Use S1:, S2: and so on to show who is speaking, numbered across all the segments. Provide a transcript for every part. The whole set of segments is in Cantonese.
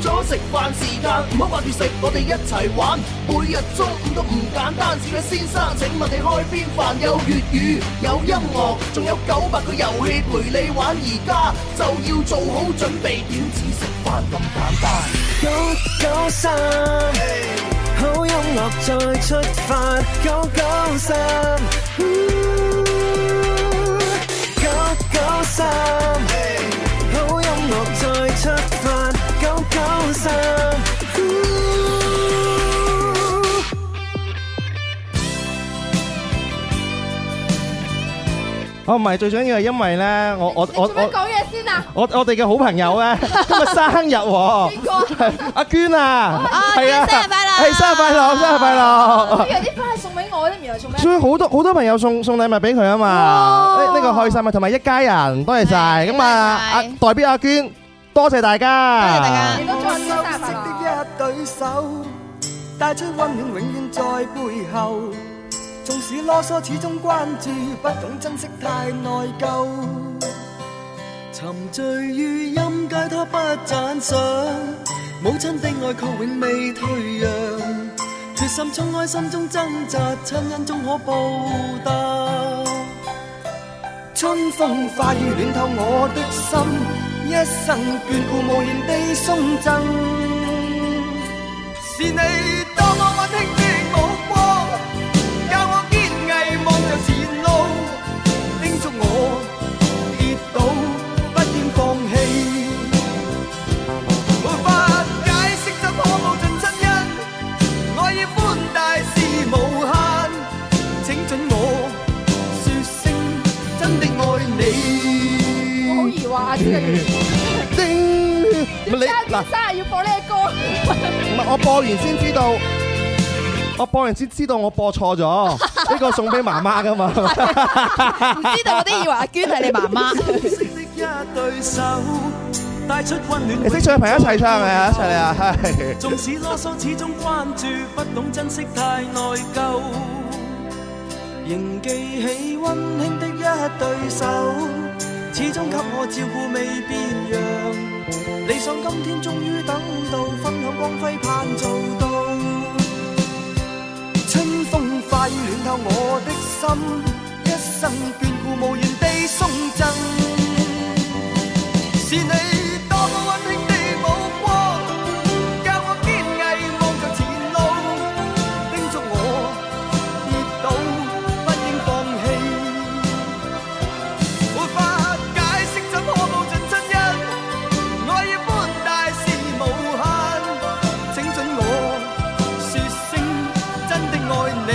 S1: 咗食飯時間，唔好掛住食，我哋一齊玩。每日中午都唔簡單，是位先生，請問你開邊飯？有粵語，有音樂，仲有九百個遊戲陪你玩。而家就要做好準備，點止食飯咁簡單？
S2: 九九三，好音樂再出發，九九三，九九三，好音樂再出發，九九三。
S3: 我唔係最想要係因為咧，我我我
S4: 做咩
S3: 我
S4: 講嘢先啊？
S3: 我我哋嘅好朋友咧，今日生日喎，
S4: 邊
S5: à.
S4: 個啊？
S3: 係
S5: Ờ,
S3: 阿娟啊，係
S6: 哦娟
S4: à,
S6: 生日快樂
S3: 係生日快樂，生日快樂。
S4: 有啲花係送俾我，啲原來送俾
S3: 所以好多好多朋友送送禮物俾佢啊嘛，呢呢個開心啊，同埋一家人，多謝晒。
S6: 哦係
S3: 咁啊，阿
S6: 多謝
S3: 代表阿娟，多謝大家，
S6: 多謝大家
S4: 你都再生日快樂。
S2: 春風化雨暖透我的心，一生眷顧無言地送贈。
S5: 是你多麼溫馨的目光，教我堅毅望着前路，叮囑我跌倒不應放棄。沒法解釋怎可報盡親恩，愛意寬大是無限，請准我説聲真的愛 你。
S4: 我好疑惑啊！呢個月
S3: 叮
S4: 點
S3: 你
S4: 解
S3: 嗱
S4: 啲。生日要播呢個歌？
S3: 唔係，我播完先知道，我播完先知道我播 錯咗，呢個送俾媽媽噶嘛。
S6: 知道我啲以為阿娟係你媽媽，
S3: 你識唱嘅朋友一齊唱係
S6: 嗯
S3: 啊，一齊嚟啊，係。
S5: 縱使囉嗦，始終關注，不懂珍惜太內疚。仍記起溫馨的一對手，始終給我照顧未變樣。理想今天終於等到，分享光輝盼做到。春風化雨暖透我的心，一生眷顧無言地送贈。是你多麼溫馨的目光，教我堅毅望着前路，叮囑我跌倒不應放棄。沒法解釋怎可報盡親恩，愛意寬大是無限，請准我説聲真的愛你。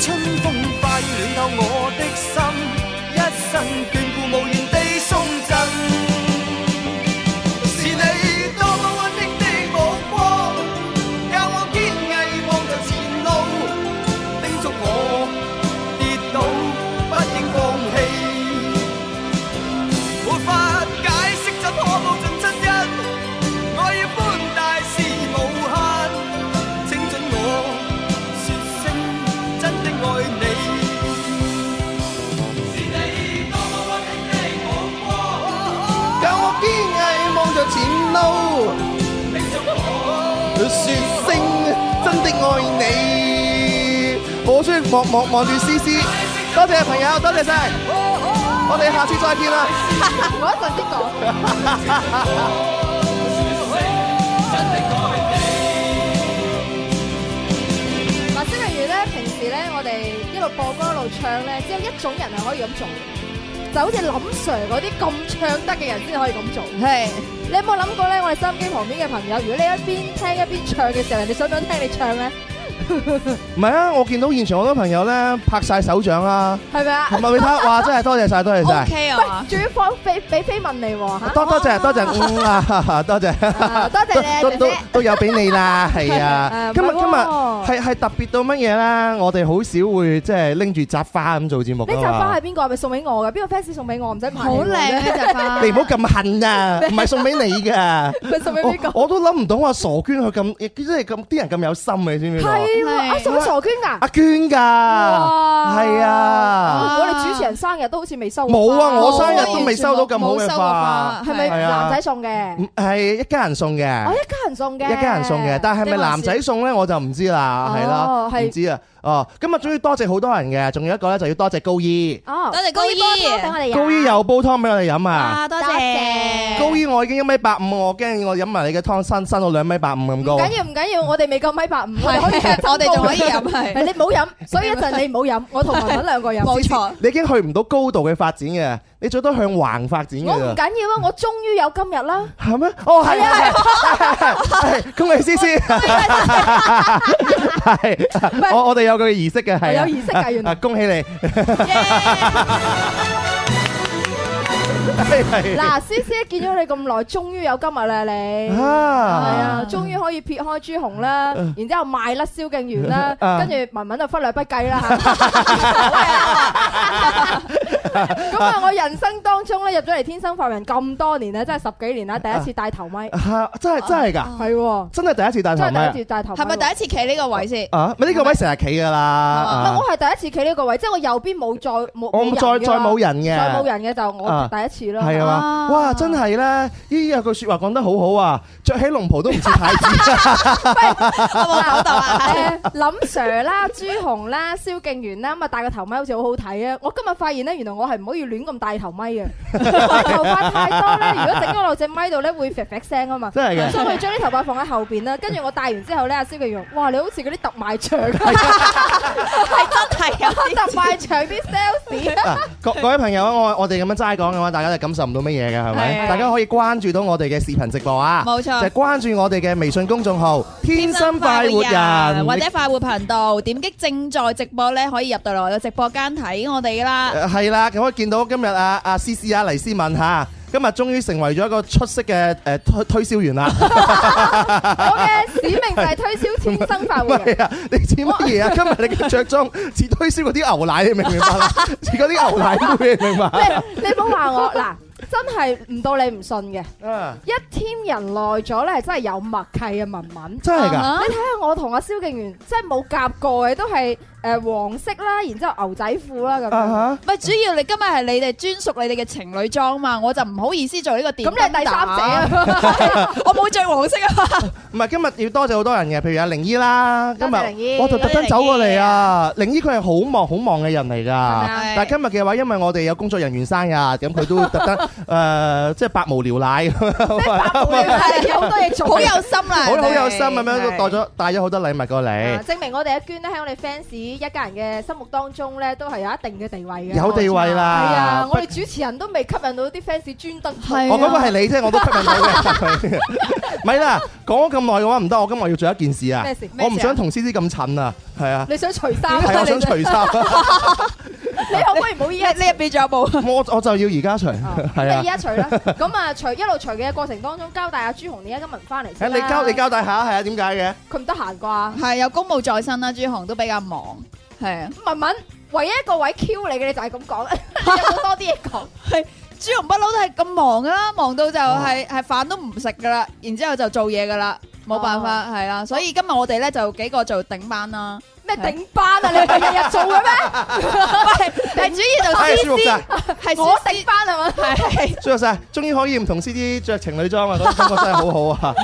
S5: 春風化雨暖透我的心，一生眷顧無言地送贈。是你多麼溫馨的目光，教我堅毅望着前路，叮囑我跌倒不應放棄。沒法解釋怎可報盡真恩，愛意寬大是無限。請准我説聲真的愛你。是你多麼溫馨的目光，教我堅毅望着前路。你祝我
S3: 説聲真的愛你，我好中意望望望住思思，多謝朋友，多謝晒，我哋下次再見啦。
S4: 我一陣先講。嗱，蕭明月咧，平時咧，我哋一路播歌一路唱咧，只有一種人係可以咁做嘅，就好似林 Sir 嗰啲咁唱得嘅人先可以咁做。
S6: 係
S4: 你有冇諗過咧？我哋收音機旁邊嘅朋友，如果你一邊聽一邊唱嘅時候，人哋想唔想聽你唱咧？
S3: 唔係啊，我見到現場好多朋友咧拍晒手掌啊，
S4: 係咪啊
S3: 同？埋你睇 下，哇！真係多謝晒，多謝晒，
S6: OK 啊，
S4: 仲要放俾俾飛問你喎嚇
S3: 多多謝多謝， 嗯啊，多謝。
S4: 啊多謝你啊
S3: 都
S4: 姐
S3: 都
S4: 姐。
S3: 都有俾你啦， 係啊！
S4: 誒
S3: 今日
S4: 唔係
S3: 今日
S4: 喎
S3: 係係特別到乜嘢咧？我哋好少會即係拎住扎花咁做節目
S4: 呢扎
S3: 㗎
S4: 花係
S3: 嘛。
S4: 邊個？係咪送俾我嘅？邊個 fans 送俾我？唔使買。
S6: 好靚啊呢隻花，
S3: 你唔好咁恨 啊！唔係送俾你 㗎，
S4: 佢送俾邊個？
S3: 我我都諗唔到啊！傻娟佢咁，即係咁啲人咁有心嘅，你知唔知道？
S4: 係喎，啊送俾傻娟啊！
S3: 阿娟㗎，係啊，
S6: 哇
S4: 我哋主持人生日都好似未收過花。
S3: 冇啊！我生日都
S6: 冇
S3: 未收到咁好嘅
S6: 冇收過
S3: 花
S6: 花，
S4: 係咪
S3: 係啊
S4: 男仔送嘅？
S3: 唔係一家人送
S4: 我
S3: 嘅，
S4: 哦一家人送嘅，
S3: 一家人送嘅，但係咪男仔送咧我就唔知
S4: 哦
S3: 啦，係啦，
S4: 係
S3: 唔知啊，哦，今日終於多謝好多人嘅，仲有一個咧就要多謝高醫，
S4: 哦，
S6: 多謝高醫
S4: 高醫幫我哋飲
S3: 高醫又煲湯俾我哋飲啊，
S6: 啊，多
S4: 多
S6: 謝
S4: 謝
S3: 高醫我已經一米八五，我驚我飲埋你嘅湯，伸伸到兩米八五咁高
S4: 唔。緊要唔緊要，我哋未夠米八五，我哋可以
S6: 係我哋仲可以飲係
S4: 係你唔好飲，所以一陣你唔好飲，我同文文兩個飲。
S6: 冇錯，
S3: 你已經去唔到高度嘅發展嘅，你最多向橫發展
S4: 我唔
S3: 嘅
S4: 緊要啊，我終於有今日啦。
S3: 係咩？哦，係啊，係啊係恭喜思 思，係我我哋有個儀式嘅，係啊
S4: 有儀式㗎原來
S3: 啊恭喜你，係
S4: 嗱，思思見咗你咁耐，終於有今日啦你。係
S3: 啊
S4: 啊，，終於可以撇開朱紅啦，然之後賣甩蕭敬元啦，
S3: 啊
S4: 跟住文文就忽略不 計啦。啊咁啊，我人生當中咧入咗嚟天生發人咁多年啊咧，真係十幾年啦，第一次戴頭咪，
S3: 啊真係真係㗎，
S4: 係喎，
S3: 真係第一次戴頭
S4: 真係第
S3: 咪啊
S4: 一次戴頭咪喎。
S6: 係咪第一次企呢個位先？
S3: 啊！咪呢個位成日企㗎啦，
S4: 唔係
S3: 啊
S4: 我係第一次企呢個位，即係我右邊冇再冇
S3: 我再再冇人嘅，
S4: 再冇人嘅就我
S3: 啊
S4: 第一次咯。
S3: 係啊嘛，哇！真係咧，依有句説話講得好好啊，着起龍袍都唔似太子。
S6: 我冇搞到 啊！
S4: 誒林 Sir 啦、朱紅啦、蕭敬元啦，咁啊戴個頭咪好似好好睇啊！我今日發現咧，原來我係唔可以亂咁戴頭咪嘅，啊我頭髮太多咧，如果整咗落隻咪度咧，會啡啡聲啊嘛。
S3: 真係嘅
S4: 所以佢將啲頭髮放喺後邊啦，跟住我戴完之後咧，阿蕭敬元，哇！你好似嗰啲特賣場，啊
S6: 係真係有啲
S4: 特賣 場啲 sales。
S3: 啊各 各位朋友啊，我我哋咁樣齋講嘅話，大家就感受唔到乜嘢嘅，係咪？
S6: 係
S3: 大家可以關注到我哋嘅視頻直播啊，
S6: 冇
S3: 就
S6: 錯
S3: 係關注我哋嘅微信公眾號《天生快活人》，
S6: 或者快活頻道，點擊正在直播咧，可以入到嚟我嘅直播間睇我哋啦。
S3: 誒係啦，咁我見到今日啊啊思思啊黎思敏嚇，今日終於成為咗一個出色嘅誒推推銷 員啦。
S4: 我嘅使命就係推銷天生快
S3: 唔
S4: 活人。
S3: 係啊，你似乜嘢啊？今日你嘅着裝似推銷嗰啲牛奶，你明唔明白啦？啊似嗰啲牛奶妹，你明白嗎？
S4: 你你唔好話我嗱，真係唔到你唔信嘅，
S3: 啊，
S4: 一 team 人耐咗咧，真係有默契嘅文文。
S3: 真係
S6: 啊
S3: 㗎！
S4: 你睇下我同阿蕭敬元真係冇夾過嘅，都係誒黃色啦，然之後牛仔褲啦咁樣。
S3: 啊
S6: 唔係主要，你今日係你哋專屬你哋嘅情侶裝嘛，我就唔好意思做呢個電
S4: 咁你係第三者啊！
S6: 者，我冇着黃色啊，
S3: 唔係今日要多謝好多人嘅，譬如阿玲姨啦，今
S4: 多
S3: 日
S4: 謝玲姨
S3: 我就特登走過嚟啊！玲姨佢係好忙好忙嘅人嚟㗎
S6: 咪，
S3: 但係今日嘅話，因為我哋有工作人員 生日，咁佢都特登誒，即係百無聊賴，
S4: 係 有好多嘢做，
S6: 好 有心啦，
S3: 好好
S6: 你哋
S3: 有心啊咁樣帶咗帶咗好多禮物過
S4: 啊
S3: 嚟，
S4: 證明我哋阿娟咧喺我哋 fans 一家人嘅心目當中咧，都係有一定嘅地位嘅。
S3: 有地位
S4: 係啊
S3: 啦！！
S4: 我哋主持人都未吸引到啲 fans 專登做。
S6: 係
S3: 我嗰個係你啫，我都吸引到嘅。唔係啦，講咗咁耐嘅話唔得，我今日要做一件事啊
S4: 咩事！
S3: 我唔
S6: 咩事啊
S3: 想同思思咁襯啊，係啊，
S4: 你想除衫啊？
S3: 係我想
S4: 你
S3: 除衫，
S4: 你可唔可以唔好依 家
S6: 你你入邊仲有冇？
S3: 我我就要而家除，係
S4: 咁你
S3: 啊
S4: 依。家除啦，咁啊除一路除嘅過程當中，交代阿朱紅，你而家今日唔翻嚟
S3: 誒，
S4: 先啦
S3: 你交你，交代下係啊？點解嘅？
S4: 佢唔得閒啩？
S6: 係有公務在身啦，朱紅都比較忙，係啊。
S4: 文文唯一一個位 Q 你嘅，你就係咁講， 你有冇多啲嘢講？
S6: 朱紅不嬲都係咁忙噶啦，忙到就係係飯都唔食噶啦，然之後就做嘢噶啦，冇辦法係啦。所以今日我哋咧就幾個做頂班啦，
S4: 咩頂班啊？你唔係日日做嘅咩？
S6: 係主要就
S3: 哎舒服
S6: C
S3: 晒
S6: C，係
S4: 我
S6: C
S4: 頂班係嘛？
S6: 係
S3: 舒服晒，終於可以唔同 C D 着情侶裝啊！嗰種感覺真係好好啊！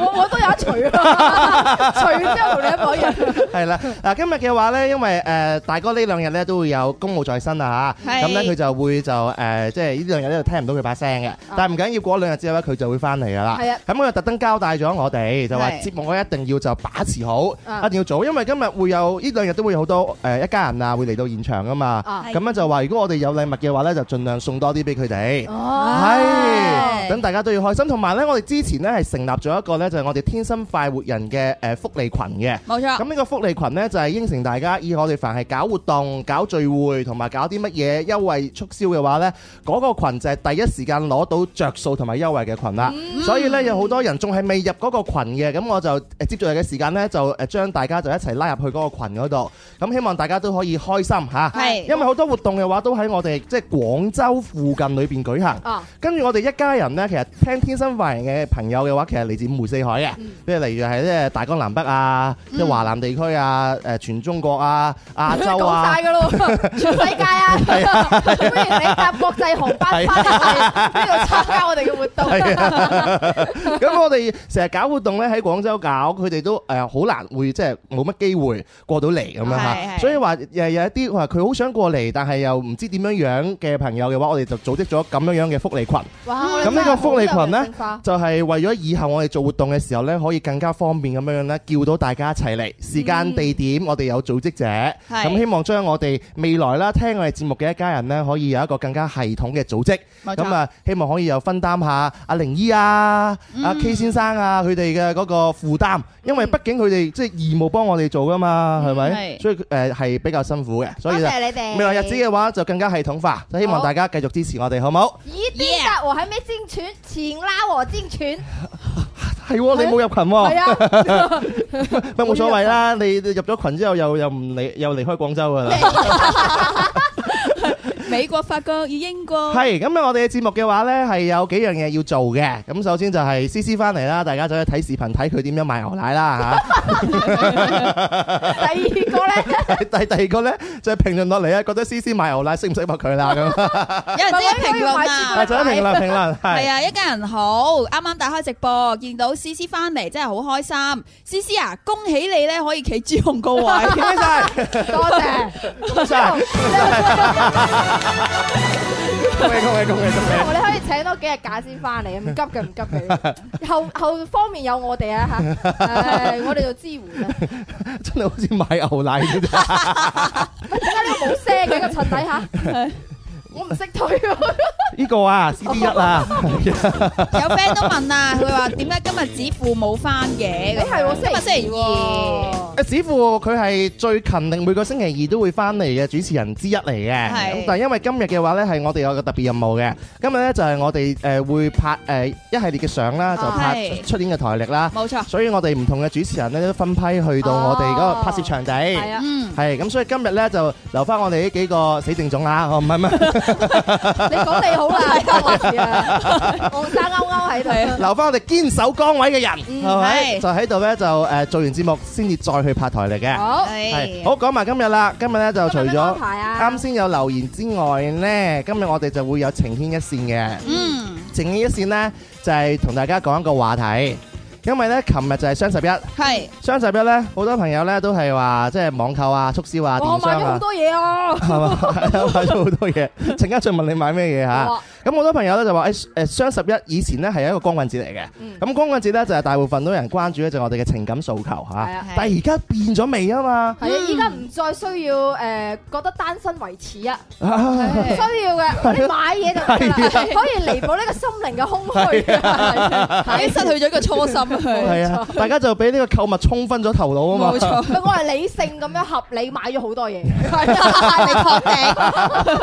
S4: 我我都有 一除啊，除完之後同你一模一樣。
S3: 係啦，嗱今日嘅話咧，因為誒大哥呢兩日咧都會有公務在身啊嚇，
S6: 係
S3: 咁咧佢就會就誒即係呢兩日咧就聽唔到佢把聲嘅，但係唔緊要，過兩日之後咧佢就會翻嚟噶啦。
S4: 係啊
S3: 咁佢就特登交代咗我哋，就話
S6: 係
S3: 節目我一定要就把持好，
S4: 啊
S3: 一定要做，因為今日會有呢兩日都會有好多誒一家人啊會嚟到現場噶嘛。
S4: 啊啊
S3: 啊咁樣就話如果我哋有禮物嘅話咧，就盡量送多啲俾佢哋。
S4: 哦
S3: 係，等大家都要開心。同埋呢，我哋之前呢係成立咗一個呢，就係我哋天生快活人嘅誒福利群嘅。
S6: 冇
S3: 咁
S6: 錯，
S3: 呢個福利群呢，就係應承大家，以我哋凡係搞活動、搞聚會同埋搞啲乜嘢優惠促銷嘅話呢，嗰、個群就係第一時間攞到着數同埋優惠嘅群啦。
S4: 嗯
S3: 所以呢，有好多人仲係未入嗰個群嘅，咁我就誒接住嚟嘅時間呢，就誒將大家就一齊拉入去嗰個群嗰度。咁希望大家都可以開心嚇，
S6: 係
S3: 因為好多活動嘅話都喺我哋即係廣州附近裏邊舉行。
S4: 啊，
S3: 跟住我哋一家人呢，其實聽天生快人嘅朋友嘅話，其實嚟自五湖四海嘅，即係例如係咧大江南北啊，即係華南地區啊，誒全中國啊、亞洲
S4: 講
S3: 啊
S4: 晒，噶咯， 全世界啊！不如你搭國際航班翻嚟呢度參加我哋嘅活動。
S3: 啊係啊。咁我哋成日搞活動呢，喺廣州搞，佢哋都誒好難會即係冇乜機會過到嚟咁樣
S6: 係
S3: 嚇。
S6: 係
S3: 所以話誒有一啲話佢好想過嚟，但係又唔知點樣樣嘅朋友嘅話，我哋就組織咗咁樣樣嘅福利群。
S4: 哇！我哋
S3: 咁呢
S4: 真係
S3: 個福利
S4: 好有啊
S3: 群呢
S4: 文化
S3: 就係為咗以後我哋做活動嘅時候呢，可以更加方便咁樣樣咧，叫到大家一齊嚟，時間、地點，我哋有組織者，咁希望將我哋未來啦，聽我哋節目嘅一家人呢，可以有一個更加系統嘅組織。
S6: 冇
S3: 咁
S6: 錯，
S3: 啊，希望可以又分擔下阿玲姨啊、阿 K 先生啊佢哋嘅嗰個負擔，因為畢竟佢哋即係義務幫我哋做噶嘛，係咪？
S6: 係
S3: 所以誒係比較辛苦嘅，所以就
S4: 你哋
S3: 未來日子嘅話就更加系統化，就希望
S4: 好
S3: 大家繼續支持我哋，好唔好？
S4: 以丁達我喺咩精選，前拉和精選，
S3: 係喎，你冇入群喎。
S4: 係啊，
S3: 不過冇所謂啦，你你入咗群之後又又唔離又離開廣州噶啦。
S6: 美國、法國與英國，
S3: 係咁啊！我哋嘅節目嘅話呢，係有幾樣嘢要做嘅。咁首先就係 C C 翻嚟啦，大家就去睇視頻睇佢點樣賣牛奶啦
S4: 第二個咧，
S3: 嚇。第第二個呢，就係評論落嚟啊，覺得 C C 賣牛奶適唔適合佢啦 咁。
S6: 有人即刻評論啊！
S3: 啊，就喺評論評
S6: 係
S3: 論係。
S6: 啊，一家人好，啱啱打開直播，見到思思翻嚟，真係好開心。思思啊，恭喜你咧，可以企朱紅高位。
S3: 多謝
S4: 多謝。
S3: 多謝，恭喜恭喜恭喜恭喜！
S4: 我哋可以請多幾日假先翻嚟，唔急嘅，唔急嘅。後後方面有我哋啊嚇，誒我哋做支援啊。
S3: 真係好似賣牛奶咁啫。
S4: 點解呢個冇聲嘅個襯底下？我唔識推喎。
S3: 呢個啊，C D 一啊，
S6: 有 friend 都問啊，佢話點解今日子父冇翻嘅？
S4: 誒係喎，
S6: 今日星期二喎。
S4: 二。
S3: 誒子富呃佢係最勤力，每個星期二都會翻嚟嘅主持人之一嚟嘅。
S6: 係
S3: 咁但係因為今日嘅話呢，係我哋有個特別任務嘅。今日呢，就係我哋誒會拍誒一系列嘅相啦，就拍
S6: 係
S3: 出年嘅台歷啦。
S6: 冇錯，
S3: 所以我哋唔同嘅主持人呢，都分批去到我哋嗰個拍攝場地。
S4: 係啊，
S6: 嗯，
S3: 係咁，所以今日呢，就留翻我哋呢幾個死剩種啦。哦，唔係唔係，
S4: 你講你好啦，唔關我事啊。黃生勾勾喺
S6: 係
S4: 度。
S3: 留翻我哋堅守崗位
S4: 嗯
S3: 嘅人，係咪？
S6: 係
S3: 就喺度呢，就誒做完節目先至再去拍台歷嘅。
S4: 好，
S6: 係
S3: 係好講埋今日啦，今日呢，就除
S4: 哦今日有咩
S3: 咗
S4: 安。排啊？
S3: 啱先有留言之外呢，今日我哋就會有情牽一線嘅。
S6: 嗯，
S3: 情牽一線呢，就係、同大家講一個話題，因為呢，琴日就係雙十一，
S6: 係
S3: 雙十一呢，好多朋友呢都係話即係網購啊、促銷啊、
S4: 我
S3: 電
S4: 買
S3: 商
S4: 咗好
S3: 啊，
S4: 多嘢啊。
S3: 係嘛？買咗好 多嘢。陣間再問你買咩嘢嚇。
S4: 哇
S3: 咁好多朋友咧就話哎誒誒雙十一以前咧係一個光棍節嚟嘅，
S4: 嗯
S3: 咁光棍節咧就係大部分都有人關注咧就係我哋嘅情感訴求
S4: 係
S3: 嚇，
S4: 啊。
S3: 但係而家變咗未啊嘛，
S4: 係啊，依家唔再需要誒覺得單身為恥啊， 唔
S3: 係
S4: 需要嘅，我哋買嘢就得啦，
S3: 係
S4: 可以彌補呢個心靈嘅空虛啊。
S6: 已經失去咗一個初心佢。
S3: 啊，大家就俾呢個購物沖昏咗頭腦啊
S6: 冇
S3: 嘛，
S6: 錯，
S4: 我係理性咁樣合理買咗好多嘢，係啊，你確定？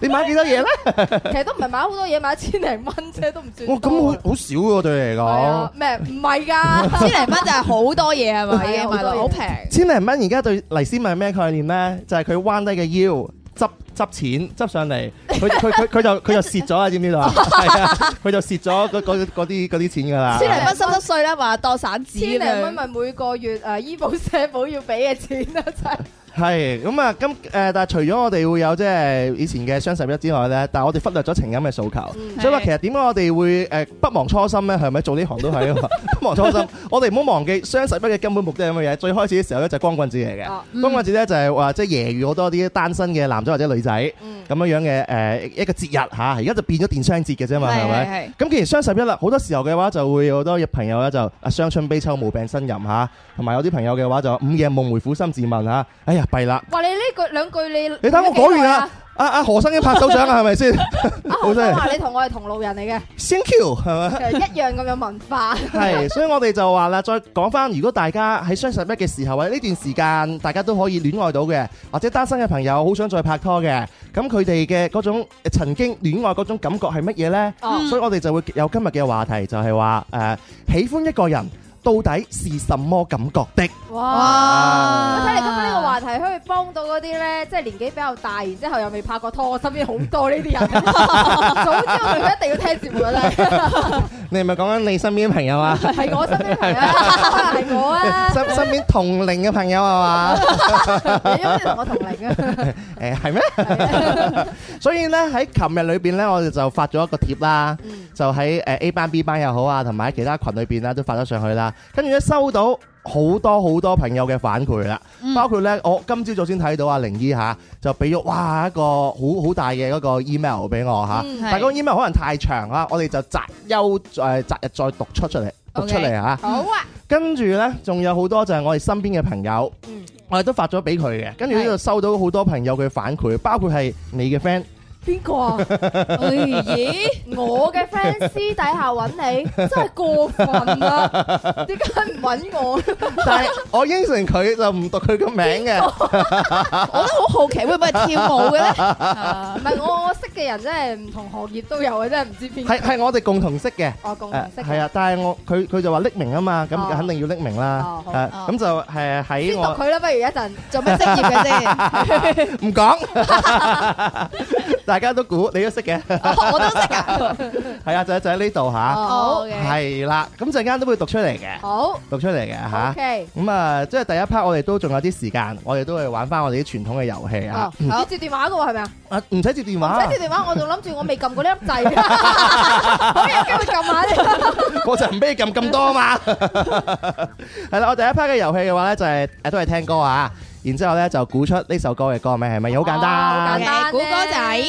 S3: 你買幾多嘢 咧？
S4: 其實都唔係買好多嘢，買一千零蚊啫，都唔算
S3: 我
S4: 多。啊
S3: 咁好好少喎對你嚟
S4: 係啊
S3: 講，，
S4: 咩唔係㗎？
S6: 千零蚊就係好多嘢係咪？已經買到
S4: 係啊
S6: 好
S4: 好多嘢
S6: 平。
S3: 千零蚊而家對黎思敏係咩概念咧？就係佢彎低嘅腰。執執錢執上嚟，佢佢佢佢就佢就蝕咗啊！知唔知道啊？係啊，佢就蝕咗嗰嗰嗰啲嗰啲錢㗎啦。
S6: 千零蚊濕濕碎啦，話當散紙
S4: 千
S6: 咁
S4: 零蚊
S6: 樣。
S4: 咪每個月誒醫保社保要俾嘅錢啦，真係。
S3: 係咁啊，咁誒，但係除咗我哋會有即係以前嘅雙十一之外咧，但係我哋忽略咗情感嘅訴求，所以話其實點解我哋會誒不忘初心咧？係咪做呢行都係啊嘛？不忘初心，我哋唔好忘記雙十一嘅根本目的係乜嘢？最開始嘅時候咧就係光棍節嚟
S4: 哦
S3: 嘅，光棍節咧就係話即係揶揄好多啲單身嘅男仔或者女仔
S4: 嗯
S3: 咁樣樣嘅誒一個節日嚇，而家就變咗電商節嘅啫嘛，係咪？
S6: 係
S3: 咁既然雙十一啦，好多時候嘅話就會有好多朋友咧就啊傷春悲秋無病呻吟嚇，同埋有啲朋 友嘅話就午夜夢回苦心自問嚇，哎呀弊啦！
S4: 哇！你呢句兩句你
S3: 你睇我講完啦，阿阿何生已經拍手掌啦，係咪先？
S4: 啊，
S3: 好
S4: 何
S3: 犀利
S4: 生話你同我係同路人嚟嘅，
S3: ，thank you，係咪？
S4: 其實一樣咁有文化。
S3: 係，所以我哋就話啦，再講翻，如果大家喺雙十一嘅時候或者呢段時間，大家都可以戀愛到嘅，或者單身嘅朋友好想再拍拖嘅，咁佢哋嘅嗰種呃曾經戀愛嗰種感覺係乜嘢呢？
S4: 哦
S3: 所以我哋就會有今日嘅話題，就係話誒，喜歡一個人到底是什麼感覺的？
S4: 哇！我
S6: 哇！
S4: 睇嚟今日呢個話題可以幫到嗰啲咧，即係年紀比較大，然之後又未拍過拖，我身邊好多呢啲人。 早知我咪一定要聽節目啦，
S3: 你係咪講緊你身邊嘅朋友 啊？
S4: 係我身邊朋友啊，可能係我啊，
S3: 身身邊同齡嘅朋友係嘛？
S4: 你因為同我同齡啊，
S3: 誒係咩？所以咧喺琴日裏邊咧，我哋就發咗一個貼啦，就喺誒 A 班、B 班又好啊，同埋喺其他群裏邊啦，啊都發咗上去啦。跟住咧收到好多好多朋友嘅反饋啦，包括咧我今朝早先睇到阿玲姨嚇，就俾咗哇一個好好大嘅嗰個 email 俾我
S4: 嗯啊
S3: 嚇，
S6: 係
S3: 但係嗰個 email 可能太長啦，我哋就擇優誒擇日再讀出出嚟，讀出嚟嚇。
S4: 好啊，
S3: 跟住呢，仲有好多就係我哋身邊嘅朋友，
S4: 嗯
S3: 我哋都發咗俾佢嘅。跟住呢
S6: 係
S3: 度收到好多朋友嘅反饋，包括係你嘅 friend，
S4: 邊個啊？
S6: 哎咦？
S4: 我嘅 friend 私底下揾你，真係過分啦！點解唔揾我？
S3: 但係我應承佢就唔讀佢個名嘅。
S6: 我都好好奇，會唔會係跳舞嘅 咧？啊
S4: 唔係我我識嘅人真係唔同行業都有啊，真係唔知邊
S3: 係
S4: 個。
S3: 係我哋共同識嘅。
S4: 我共
S3: 誒
S4: 同識
S3: 係
S4: 嘅，
S3: 啊，但係我佢佢就話匿名啊嘛，咁
S4: 哦
S3: 肯定要匿名啦
S4: 哦。好
S3: 誒
S6: 哦
S3: 咁就誒喺
S4: 先讀
S3: 我
S4: 佢啦，不如一陣。
S6: 做咩職業嘅啫？
S3: 唔講， 大家都估你都識嘅。
S4: Ờ,
S6: 我都識噶。
S3: 係啊，就就喺呢度吓。
S6: 好
S4: 好，
S6: 嘅，
S3: 係啦，咁陣間都會讀出嚟嘅，
S4: 好
S3: 讀出嚟嘅吓。
S4: ，OK。
S3: 咁啊，即係第一 part 我哋都仲有啲時間，我哋都係玩翻我哋啲傳統嘅遊戲
S4: 哦，！
S3: 啊
S4: 要接電話嘅喎，係咪啊？
S3: 啊，唔使接電
S4: 唔
S3: 話啊，
S4: 使接電話，我仲諗住我未撳過呢粒掣，好有機會撳下你。
S3: 我就唔俾你撳咁多 嘛。係啦，我第一 part 嘅遊戲嘅話咧，就係誒都係聽歌啊，然之後咧就估出呢首歌嘅歌名係咪？好簡
S4: 哦好
S3: 單
S4: 簡，單
S6: 古歌仔，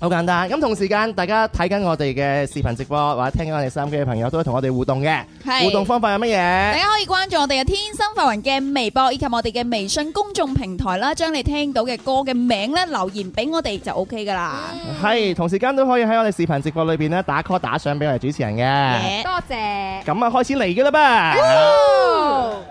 S3: 好簡單。咁同時間，大家睇緊我哋嘅視頻直播或者聽緊我哋收音機嘅朋友，都可以同我哋互動嘅。
S6: 係
S3: 互動方法係乜
S6: 大
S4: Ờ。
S3: 嘢？
S6: 家可以關注我哋嘅天生發雲嘅微博以及我哋嘅微信公眾平台啦，將你聽到嘅歌嘅名咧留言俾我哋就 OK 噶啦。
S3: 係同時間都可以喺我哋視頻直播裏邊咧打 call 打賞俾我哋主持人嘅。
S6: 耶
S4: 多謝。
S3: 咁啊，開始嚟嘅啦噃。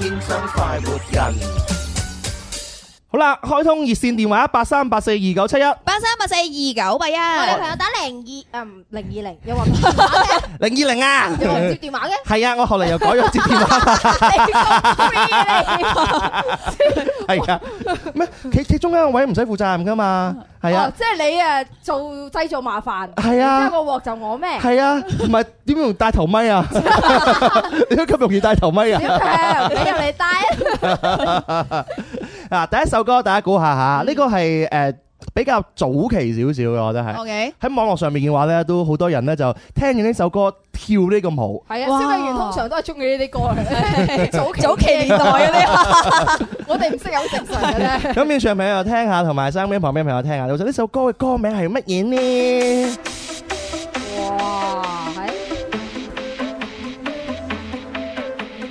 S1: 天生快活人，
S3: 好啦，開通熱線電話八三八四二九七一
S6: 八三八四二九八一，
S4: 我哋朋友打零二，嗯，零二零，有話唔接電話嘅，
S3: 零二零啊，
S4: 有話唔接電話嘅。
S3: 係啊，我後嚟又改咗接電話，係啊，咩企企中間個位唔使負責任噶嘛，係
S4: 哦
S3: 啊，
S4: 即係你啊做製造麻煩，
S3: 係啊
S4: 然之後個鑊就我咩？
S3: 係啊，唔係點用戴頭咪啊？ 點解咁容易戴頭咪
S4: 小
S3: 啊？
S4: 強，你又嚟帶啊？
S3: 啊，第一首歌大家估下吓，呢個係誒比較早期少少嘅，我覺得係
S6: OK，
S3: 喺網絡上面嘅話咧，都好多人咧就聽完呢首歌跳呢個舞。
S4: 係啊，
S6: 哇
S4: 消費員通常都係中意呢啲歌 嘅，早期
S6: 早期年代嗰啲，
S4: 我哋唔識有正常嘅咧。
S3: 咁現場朋友聽下，同埋收音機旁邊朋友聽下，其實呢首歌嘅歌名係乜嘢呢？
S4: 哇，係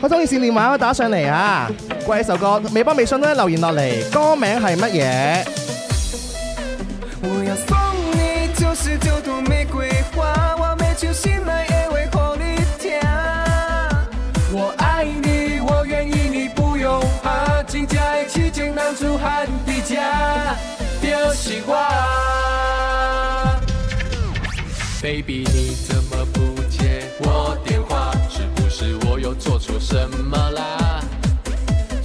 S3: 開通熱線電話打上嚟啊！喂，呢首歌，微博、微信都留言落嚟，歌名係乜嘢？
S5: 我要送你九十九朵玫瑰花，完美就心来也为好你甜。我爱你，我愿意，你不用怕，真正的痴情男子汉伫这，就是我。
S7: Baby，你怎么不接我电话？是不是我又做错什么啦？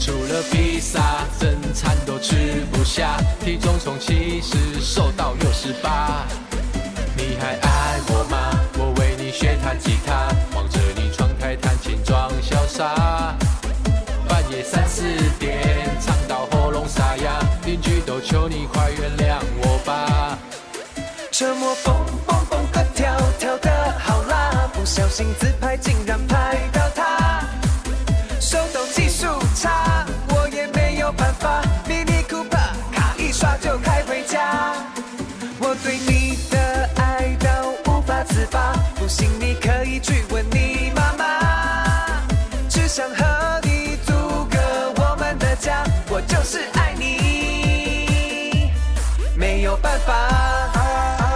S7: 除了披萨，正餐都吃不下，体重从七十瘦到六十八。你还爱我吗？我为你学弹吉他，望着你窗台弹琴装潇洒。半夜三四点唱到喉咙沙哑，邻居都求你快原谅我吧。
S5: 这么蹦蹦蹦个跳，跳的好辣，不小心自拍竟然拍到他，手抖技术差，我也没有办法，迷你酷吧，卡一刷就卡
S2: 信你可以去问你妈妈，只想和你组个我们的家，我就是爱你，没有办法。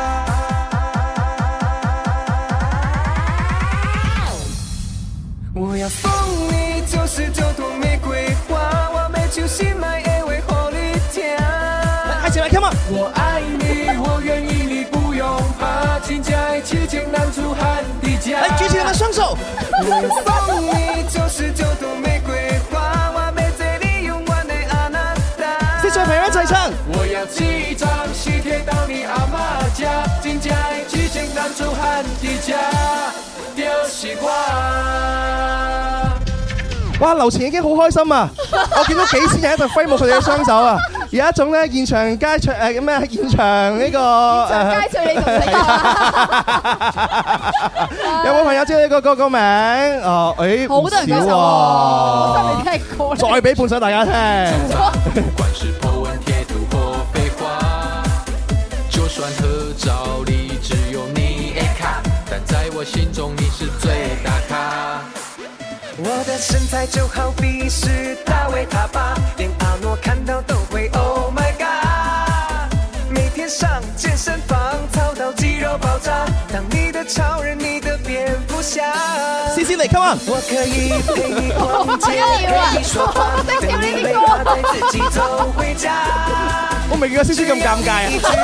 S2: 我要送你九十九朵玫瑰花，我每朝先买一位荷里甜。
S3: 来，一起来，come on！
S2: 我爱你，我愿意，你不用怕，请在一起，请男子汉的家。
S3: 来，举起你们双手。
S2: 送你九十九朵玫瑰花，完美最利用完美阿娜达。
S3: 啲小朋友一齊唱。
S2: 我要寄一张喜帖到你阿妈家，请在一起，请男子汉的家，丢西瓜。
S3: 哇！劉前已經好開心啊！我見到幾千人喺度揮舞佢哋嘅雙手啊！有一種咧現場街唱誒咩現場呢個誒，
S4: 啊
S3: 有冇朋友知道呢個歌個名？哦，誒
S6: 好多人舉手喎
S4: 啊
S3: 喎，再俾半首大家聽。
S7: 不管是 po 文贴图或废话，就算合照里只有你 A 卡，但在我心中你是最大咖。
S2: 我的身材就好比是大卫塔巴，连阿诺看到都会 Oh my God。每天上健身房操到肌肉爆炸，当你的超人，你的蝙蝠侠。
S3: 思思嚟，come on！
S2: 我可以陪你逛街，陪你说话，等你累了带自己走回家。
S3: 我未見過思思咁尷尬
S2: 一
S3: 啊！
S2: 句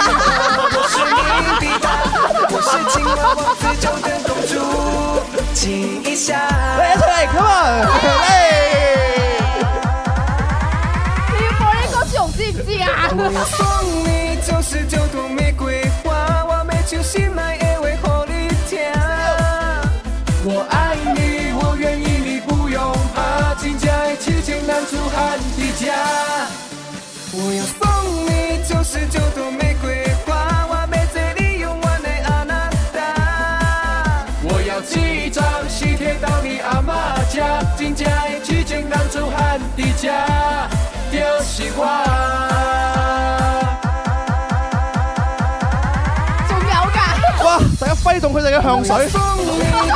S2: 话我是你的答案，我是青蛙王子中的公主，亲一下。
S3: 嚟一齊嚟，come on！嚟！
S2: 送你九十九朵玫瑰花，我每朝先买一位荷里甜。我爱你，我愿意，你不用怕，请在一起，请男子汉的家。我要送你九十九朵玫瑰花，完美最利用完美阿娜达。我要寄一张喜帖到你阿妈家，请在一起，请男子汉的家。丢西瓜。
S3: 哇！大家揮動佢哋嘅香水，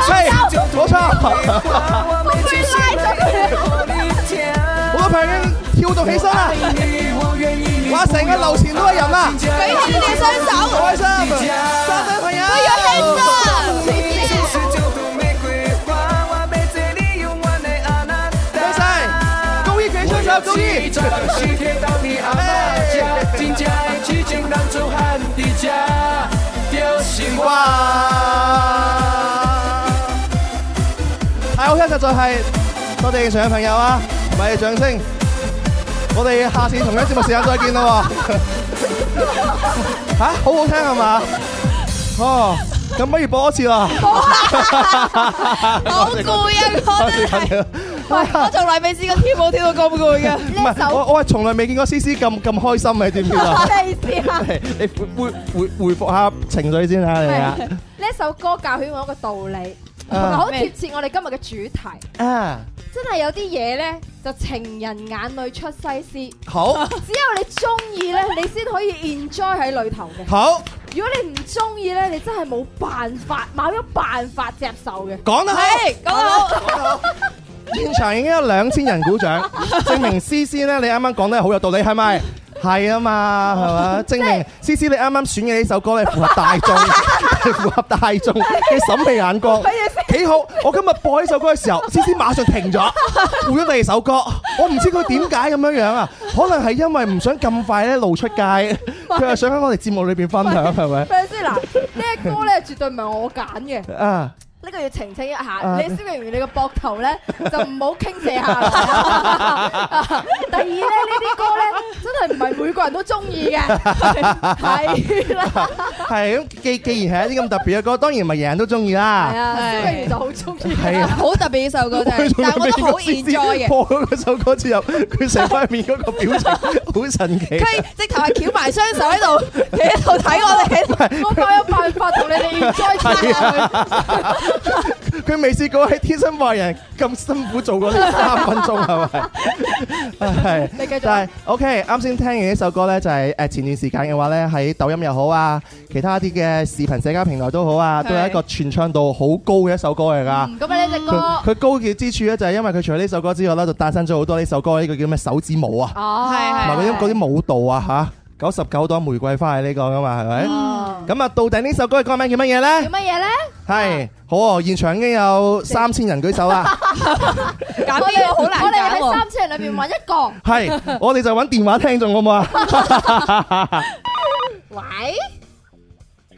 S3: 係冇錯。好多朋友已經跳動起身啦！哇！成個樓前都係人啦！開心，三位朋友，恭喜晒，高一舉雙手，高一。哇！太好聽實在係，多謝現場嘅朋友啊，同埋你掌聲。我哋下次同一節目時間再見 啦喎。嚇、好好聽係嘛？哦，咁不如播一次啦。 唔係，我我係從來未見過思思咁咁開心嘅，你知唔知啊？ 你你回回回復下情緒先嚇你啊！啊啊，
S4: 真係有啲嘢呢，就情人眼裏出西施，
S3: 好
S4: 只有你中意呢，你先可以 enjoy 喺裏頭嘅。
S3: 好
S4: 如果你唔中意呢，你真係冇辦法，冇咗辦法接受嘅。哎
S3: 講得好。現場已經有兩千人 鼓掌，證明思思咧，你啱啱講得好有道理，係咪？係啊嘛，係嘛？證明思思你啱啱選嘅呢首歌咧，符合大 眾，符合大眾嘅審美眼光，幾好！我今日播呢首歌嘅時候，思思馬 上停咗，換咗第二首歌。我唔知佢點解咁樣樣啊？可能係因為唔想咁快咧露出 街，佢又想喺我哋節目裏邊分享，係咪？
S4: 睇先嗱，呢一歌咧絕對唔係我揀嘅，
S3: 啊！
S4: 呢個要澄清一
S3: 啊
S4: 下。你消防員你個膊頭 咧就唔好傾斜下來。 第二咧，呢啲歌咧真係唔係每個人都中意嘅，係啦，
S3: 係咁，既既然係一啲咁特別嘅歌，當然唔係人人都中意啦。
S4: 係啊，消防員就好中意。
S3: 係啊。 播咗嗰首歌之後，佢成塊面嗰個表情好神奇。
S4: 我我有辦法同你哋 enjoy
S3: 係
S4: 佢。
S3: 啊，佢未試過喺天生壞人咁辛苦做過呢三分鐘係 咪？係，
S4: 你繼續啊
S3: 但係 OK，啱先聽完呢首歌呢，就係、誒、前段時間嘅話呢，喺抖音又好啊，其他啲嘅視頻社交平台都好啊，都有一個傳唱度好高嘅一首歌嚟㗎。
S4: 咁啊呢只歌，
S3: 佢佢高嘅之處咧，就係因為佢除咗呢首歌之外咧，就誕生咗好多呢首歌呢個叫咩手指舞啊，
S4: 哦，
S3: 同埋嗰啲
S6: 係
S3: 嗰啲舞蹈啊嚇，九十九朵玫瑰花係呢個噶嘛，係咪？
S4: 哦
S3: 咁啊，到底呢首歌嘅歌名叫乜
S4: 叫
S3: 嘢呢？
S4: 乜嘢咧？
S3: 係好哦，現場已經有三千人舉手啦，
S6: 揀
S4: 我
S6: 呢
S4: 哋
S6: 個好難
S4: 我哋
S6: 揀
S4: 喺
S6: 喎。
S4: 三千人裏面揾一個。
S3: 係我哋就揾電話聽眾好唔好啊？
S4: 喂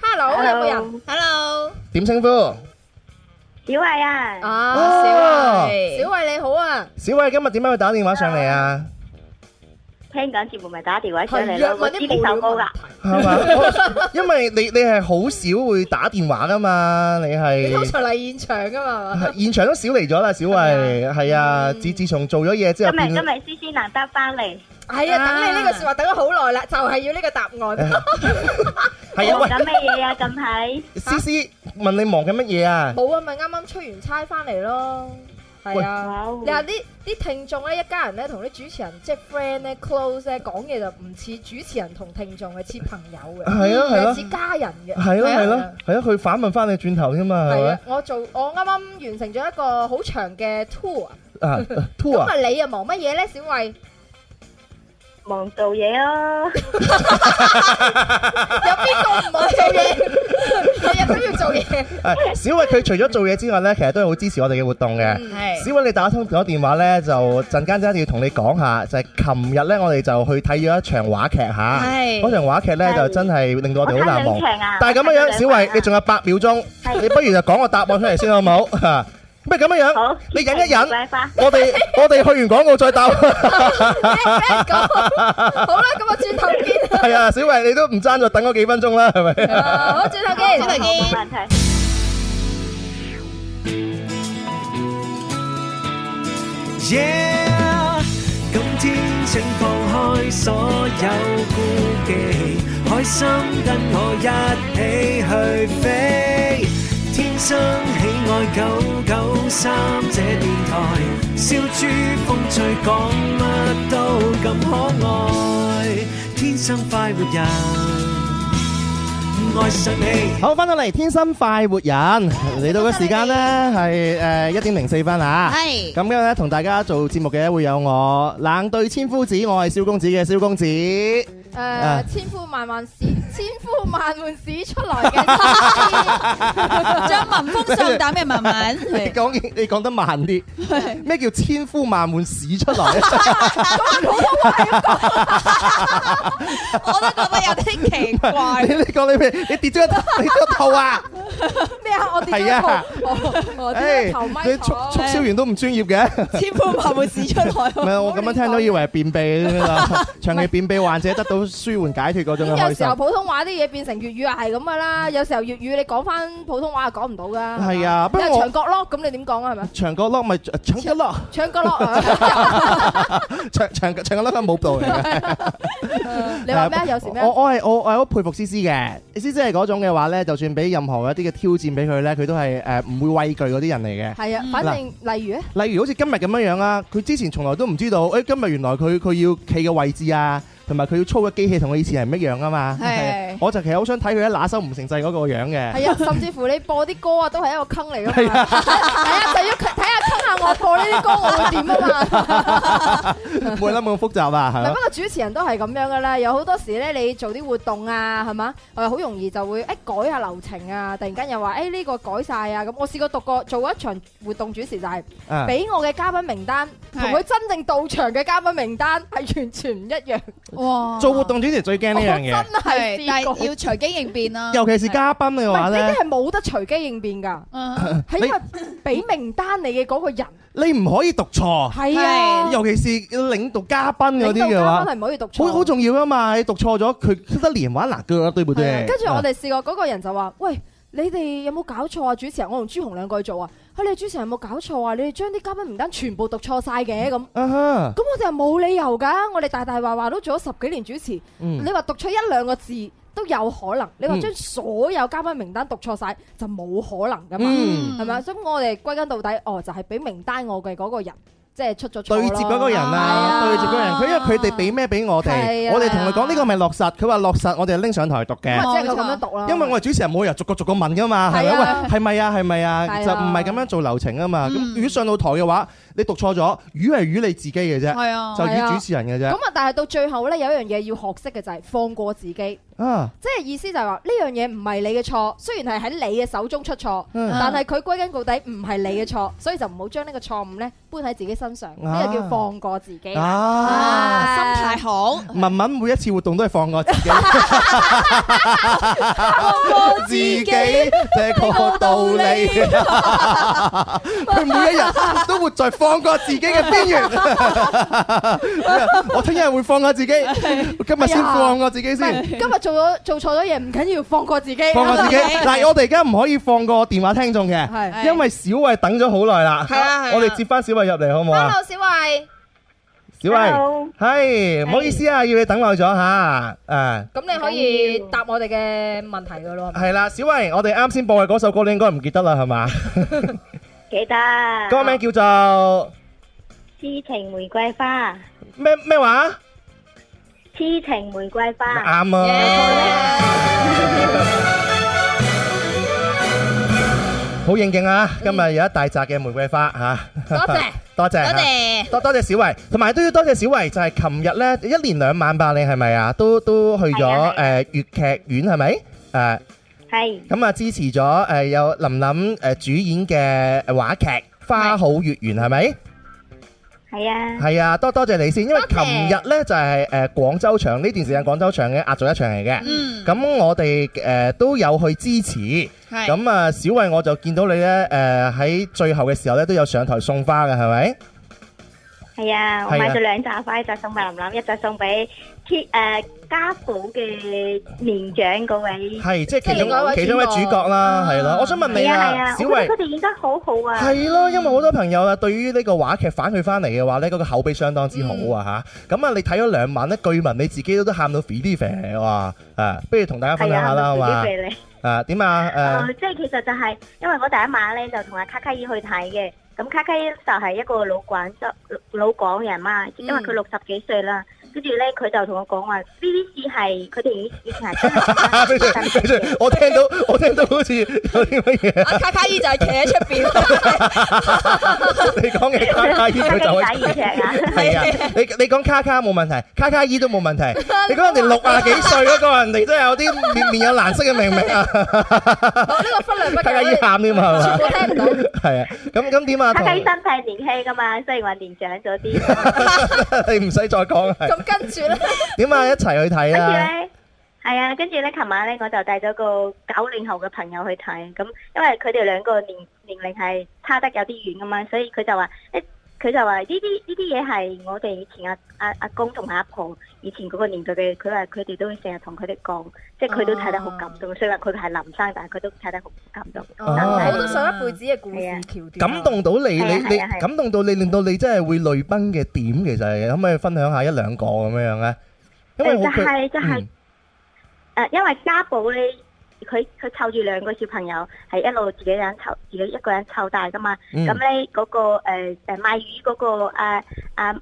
S4: ，Hello，有冇人？
S8: Hello，
S3: 點稱呼？
S8: 小慧啊，
S3: 啊
S4: À, 啊，小
S6: Dạ.
S4: 慧，小慧你好啊，
S3: 小偉今日點解會打電話上嚟啊？
S8: 聽緊節目咪打電話上嚟
S4: 係啊
S8: 咯，
S4: 問
S8: 我
S4: 啲
S8: 知呢首歌
S4: 無聊
S8: 噶
S4: 問，
S3: 係嘛？我因為你你係好少會打電話噶嘛，你係
S4: 你通常嚟現場噶嘛？
S3: 係現場都少嚟咗啦，小慧係啊，自自從做咗嘢之後
S8: 今日
S3: 變
S8: 今日思思難得翻嚟，
S4: 係啊，等你呢個説話等咗好耐啦，就係要呢個答案。
S3: 係啊，
S8: 忙緊
S3: 喂
S8: 咩嘢啊？近排
S3: 思思問你忙緊乜嘢啊？
S4: 冇啊，咪啱啱出完差翻嚟咯。係啊
S8: 喂，
S4: 你話啲啲聽眾咧，一家人咧同啲主持人即係 friend 咧 close 咧講嘢就唔似主持人同聽眾嘅，似朋友嘅，
S3: 係啊係
S4: 又
S3: 咯
S4: 似家人嘅，
S3: 係咯
S4: 啊
S3: 係咯。係啊，佢反問翻你轉頭啫嘛，係
S4: 係啊
S3: 咪，
S4: 我做我啱啱完成咗一個好長嘅 tour，
S3: 啊
S4: 咁
S3: ？Two 啊
S4: 啊，你又忙乜嘢咧，小慧？
S8: 忙做嘢啊咯，
S4: 有邊個唔忙做嘢？日日都要做嘢。
S3: 係啊小慧佢除咗做嘢之外咧，其實都係好支持我哋嘅活動嘅。
S6: 係
S3: 小慧，你打通咗電話咧，就陣間真係一定要同你講下，就係琴日咧，我哋就去睇咗一場話劇嚇。
S6: 係
S3: 嗰場話劇咧，就真係令到我
S8: 我
S3: 哋
S8: 睇
S3: 好難忘
S8: 兩。場啊，
S3: 但係咁樣樣，小慧，你仲有八秒鐘，
S8: 係
S3: 你不如就講個答案出嚟先好唔好？嚇，咩咁樣樣
S8: 好？，
S3: 你忍一忍，
S8: 乖花，
S3: 我哋我哋去完廣告再答。
S4: 好啦，咁我轉頭見
S3: 係啊，小慧，你都唔爭咗，等嗰幾分鐘啦，係咪？
S4: 啊！好，轉頭見。
S8: 好冇問題，
S2: Yeah，今天請放開所有顧忌，開心跟我一起去飛。天生喜愛九九三這電台，笑豬風趣講乜都咁可愛，天生快活人，愛上你。
S3: 好，翻到嚟《天生快活 人》，嚟到嘅時間呢係誒一點零四分啊。
S6: 係
S3: 咁今日咧同大家做節目嘅會有我冷對千夫子，我係蕭公子嘅蕭公子。啊
S4: 誒，千呼萬喚使，千呼萬喚使出來嘅
S6: 張文峰上膽嘅文
S3: 你
S6: 文，
S3: 講嘢你講得慢啲，咩叫千呼萬喚使出來？啊
S6: 我都覺得有啲奇怪
S3: 你。你講你咩？你跌 咗一你跌咗一套啊！
S4: 咩啊？我跌
S3: 係
S4: 咗
S3: 啊哎
S4: 頭，我哦我跌
S3: 誒
S4: 咗頭咪
S3: 你促
S4: 頭
S3: 促銷員都唔專業嘅。
S6: 千呼萬喚使出來喎。
S3: 唔係我咁樣聽都以為係便秘咁樣 啦，長期便秘患者得到舒緩解脱嗰種嘅
S4: 有
S3: 開
S4: 時
S3: 心嗯
S4: 候。普通話啲嘢變成粵語啊，係咁噶啦。有時候粵語你講翻普通話係講唔到噶。
S3: 係啊不
S4: 你係
S3: 過我
S4: 長角落咁，你點講啊？ 係咪？
S3: 長角落咪長角落，
S4: 長角落 啊！
S3: 長長長角落嘅舞蹈嚟嘅。
S4: 你話咩啊？ 有時咩啊
S3: 我？我係我我係好佩服思思嘅，思思係嗰種嘅話咧，就算俾任何一啲嘅挑戰俾佢咧，佢都係誒唔會畏懼嗰啲人嚟嘅。
S4: 係啊，反正例如咧，
S3: 例如好似今日咁樣樣啦，佢之前從來都唔知道，誒、今日原來佢佢要企嘅位置啊，同埋佢要操嘅機器同佢以前係唔一樣噶啊嘛。
S6: 係
S3: 係 我就其實好想睇佢一拿手唔成制嗰個樣嘅。
S4: 係啊，甚至乎你播啲歌啊，都係一個坑嚟噶嘛。係啊，就要睇下坑下我播呢啲歌，我會點啊 嘛。
S3: 唔會諗咁複 雜啊，係
S4: 唔係，
S3: 咪
S4: 不？過主持人都係咁樣噶啦，有好多時咧，你做啲活動啊，係嘛，誒好容易就會誒、改下流程啊，突然間又話誒呢個改晒啊，咁我試過讀過做過一場活動主持就係、
S3: 啊
S4: 俾我嘅嘉賓名單同佢真正到場嘅嘉賓名單係完全唔一樣，
S6: 哇
S3: 做活動主持最驚呢樣
S4: 啊我
S3: 嘢，
S4: 真啊係
S6: 係，但
S4: 試過。
S6: 係要隨機應變啊啦。
S3: 尤其是嘉賓嘅
S4: 唔
S3: 話
S4: 係呢
S3: 咧
S4: 啲，係冇得隨機應變㗎，
S6: 嗯
S4: 係因為俾名單你嘅嗰個人
S3: 你唔可以讀錯，
S4: 係啊，
S3: 尤其是領導嘉賓
S4: 領
S3: 嗰啲
S4: 導
S3: 嘅
S4: 嘉賓。
S3: 話
S4: 係唔啊可以讀錯。
S3: 好好重要啊嘛！你讀錯咗，佢得連玩難腳，對唔
S4: 係
S3: 對
S4: 啊？跟住我哋試過嗰個人就話：，喂，你哋有冇搞錯啊？主持人，我同朱紅兩個去做啊！啊，你哋主持人有冇搞錯啊？你哋將啲嘉賓名單全部讀錯晒嘅咁。
S3: 啊哈，
S4: 咁我哋又冇理由㗎，我哋大大話話都做咗十幾年主持，
S3: 嗯
S4: 你話讀錯一兩個字都有可能。你話將所有嘉賓名單讀錯晒，就冇可能噶嘛，
S3: 嗯
S4: 係咪啊？所以我哋歸根到底，哦，就係俾名單我嘅嗰個人，即係出咗錯咯
S3: 對接嗰個人啊，
S4: 係
S3: 對接嗰個人，佢因為佢哋俾咩俾我
S4: 係
S3: 哋，
S4: 啊
S3: 我哋同佢講呢個咪落實，佢話落實，我哋拎上台讀嘅。
S4: 咁啊即係佢咁樣讀啦。
S3: 嗯因為我哋主持人每日逐個逐個問噶嘛，係咪？
S4: 係啊
S3: 喂，係咪啊？係咪啊？
S4: 係啊嗯
S3: 就唔係咁樣做流程啊嘛。咁如果上到台嘅話，你讀錯咗，魚係魚你自己嘅啫，
S6: 係啊
S3: 就
S4: 係
S3: 魚
S4: 啊
S3: 主持人嘅啫
S4: 咁。啊，但係到最後呢，有一樣嘢要學識嘅就係放過自己。
S3: 啊，
S4: 即係意思就係話呢樣嘢唔係你嘅錯，雖然係喺你嘅手中出錯，
S3: 嗯
S4: 但係佢歸根到底唔係你嘅錯，所以就唔好將呢個錯誤咧搬喺自己身上，呢、個叫放過自己。
S3: 啊，
S6: 心態好，，
S3: 文文每一次活動都係放過自 己，自己這個道理。佢每一日都活在放過自己嘅邊緣。我聽日會放過自己，今日先放過自己
S4: 唔係
S3: 先。
S4: 今日做咗做錯咗嘢唔緊要，放過自己。
S3: 放過自 己但係我哋而家唔可以放過電話聽眾嘅，
S4: 係
S3: 因為小慧等咗好耐啦。
S6: 係啊係啊
S3: 我哋接翻小慧入嚟好唔好啊？
S4: Hello，小慧，
S3: 小慧
S8: Hello，
S3: 係唔好意思啊，要你等耐咗吓，誒。
S4: 咁你可以答我哋嘅問題噶咯。
S3: 係啦，小慧，我哋啱先播嘅嗰首歌你應該唔記得啦，係嘛？
S8: 記得。
S3: 歌名叫做
S8: 痴情玫瑰花，
S3: 咩咩話？
S8: 痴情玫瑰花。
S3: 啱啊！好應景啊！今日有一大扎嘅玫瑰花吓，
S4: 多 謝
S3: 多謝多謝多多謝小慧，同埋都要多謝小慧，就係琴日呢，一連兩晚吧，你係咪啊？都都去
S8: 係啊
S3: 咗
S8: 係啊
S3: 誒粵劇院係咪？誒
S8: 係
S3: 咁啊支持咗誒有林琳誒主演嘅話劇《花好月圓》係咪？
S8: 係啊，
S3: 係啊，多多謝你先，因為
S4: 多謝
S3: 琴日呢就係誒廣州場呢段時間廣州場嘅壓咗一場嚟嘅，
S6: 嗯
S3: 咁、我哋誒、呃都有去支持，
S6: 係
S3: 咁啊小慧我就見到你呢，誒、呃喺最後嘅時候呢都有上台送花嘅係咪？
S8: 係啊，我
S3: 係啊
S8: 買咗兩扎花，一扎送俾林琳，一扎送俾 K 誒家寶嘅年長嗰位。
S3: 係即係其
S4: 即係另外一
S3: 中
S4: 位
S3: 其中一位主角啦，係咯，我想問你
S8: 係啊係啊，
S3: 小慧
S8: 我覺得佢哋演得好好啊。
S3: 係咯，因為好多朋友啊對於呢個話劇反佢翻嚟嘅話呢，嗰、個口碑相當之好啊吓，咁啊你睇咗兩晚呢，據聞你自己都喊到肥啲肥哇，啊不如同大家分
S8: 係
S3: 享下啦
S8: 啊，
S3: 好
S8: 我
S3: 嘛
S8: 自己？俾你。
S3: 啊點啊誒？
S8: 誒，即係其實就係因為我第一晚咧就同阿卡卡姨去睇嘅，咁卡卡姨就係一個老廣州老廣人嘛，因為佢六十幾歲啦，跟住咧佢就同我講話呢啲事係佢哋以以前係真係
S3: 啊俾
S8: 真
S3: 佢
S8: 係
S3: 俾 佢我聽到我聽到好似有啲乜嘢，
S6: 阿卡卡姨就係企喺出邊，
S3: 你講嘅卡卡姨佢就
S8: 卡卡姨打耳赤啊
S3: 係啊，你你講卡卡冇問題，卡卡姨都冇問題。你講人哋六啊幾歲嗰個人哋都有 啲面面有難色嘅命命啊，
S4: 好呢個忽略不
S3: 卡
S4: 計
S3: 卡姨喊添嘛
S4: 全
S3: 係嘛
S4: 部？聽唔到。
S3: 係啊，咁咁點啊？
S8: 卡
S3: 同
S8: 卡姨身體年輕噶嘛，雖然話年長咗啲，
S3: 你唔使再講係
S4: 咁跟住咧，
S3: 點啊？一齊去睇
S8: 跟住
S3: 啦！
S8: 咧。係啊，跟住咧，琴晚咧我就帶咗個九零後嘅朋友去睇，咁因為佢哋兩個年年齡係差得有啲遠噶嘛，所以佢就話誒，佢就話呢啲呢啲嘢係我哋以前阿阿阿公同阿婆以前嗰個年代嘅，佢話佢哋都會成日同佢哋講，即
S3: 哦
S8: 係佢都睇得好感動，雖然話佢係林生，但係佢都睇得好感動。
S4: 好多上一輩子嘅故
S8: 係
S4: 事
S8: 啊
S4: 橋段啊。
S3: 哦感動到你，
S8: 係
S3: 你
S8: 啊
S3: 你
S8: 係啊係啊
S3: 感動到你，令到你真係會淚崩嘅點，其實係可唔可以分享下一兩個咁樣樣咧？因為
S8: 誒
S3: 好
S8: 就係就係
S3: 嗯
S8: 誒、因為家寶咧，佢佢湊住兩個小朋友，係一路自己一個人湊，自己一個人湊大噶嘛。
S3: 嗯
S8: 咁咧嗰個誒誒賣魚嗰、個誒啊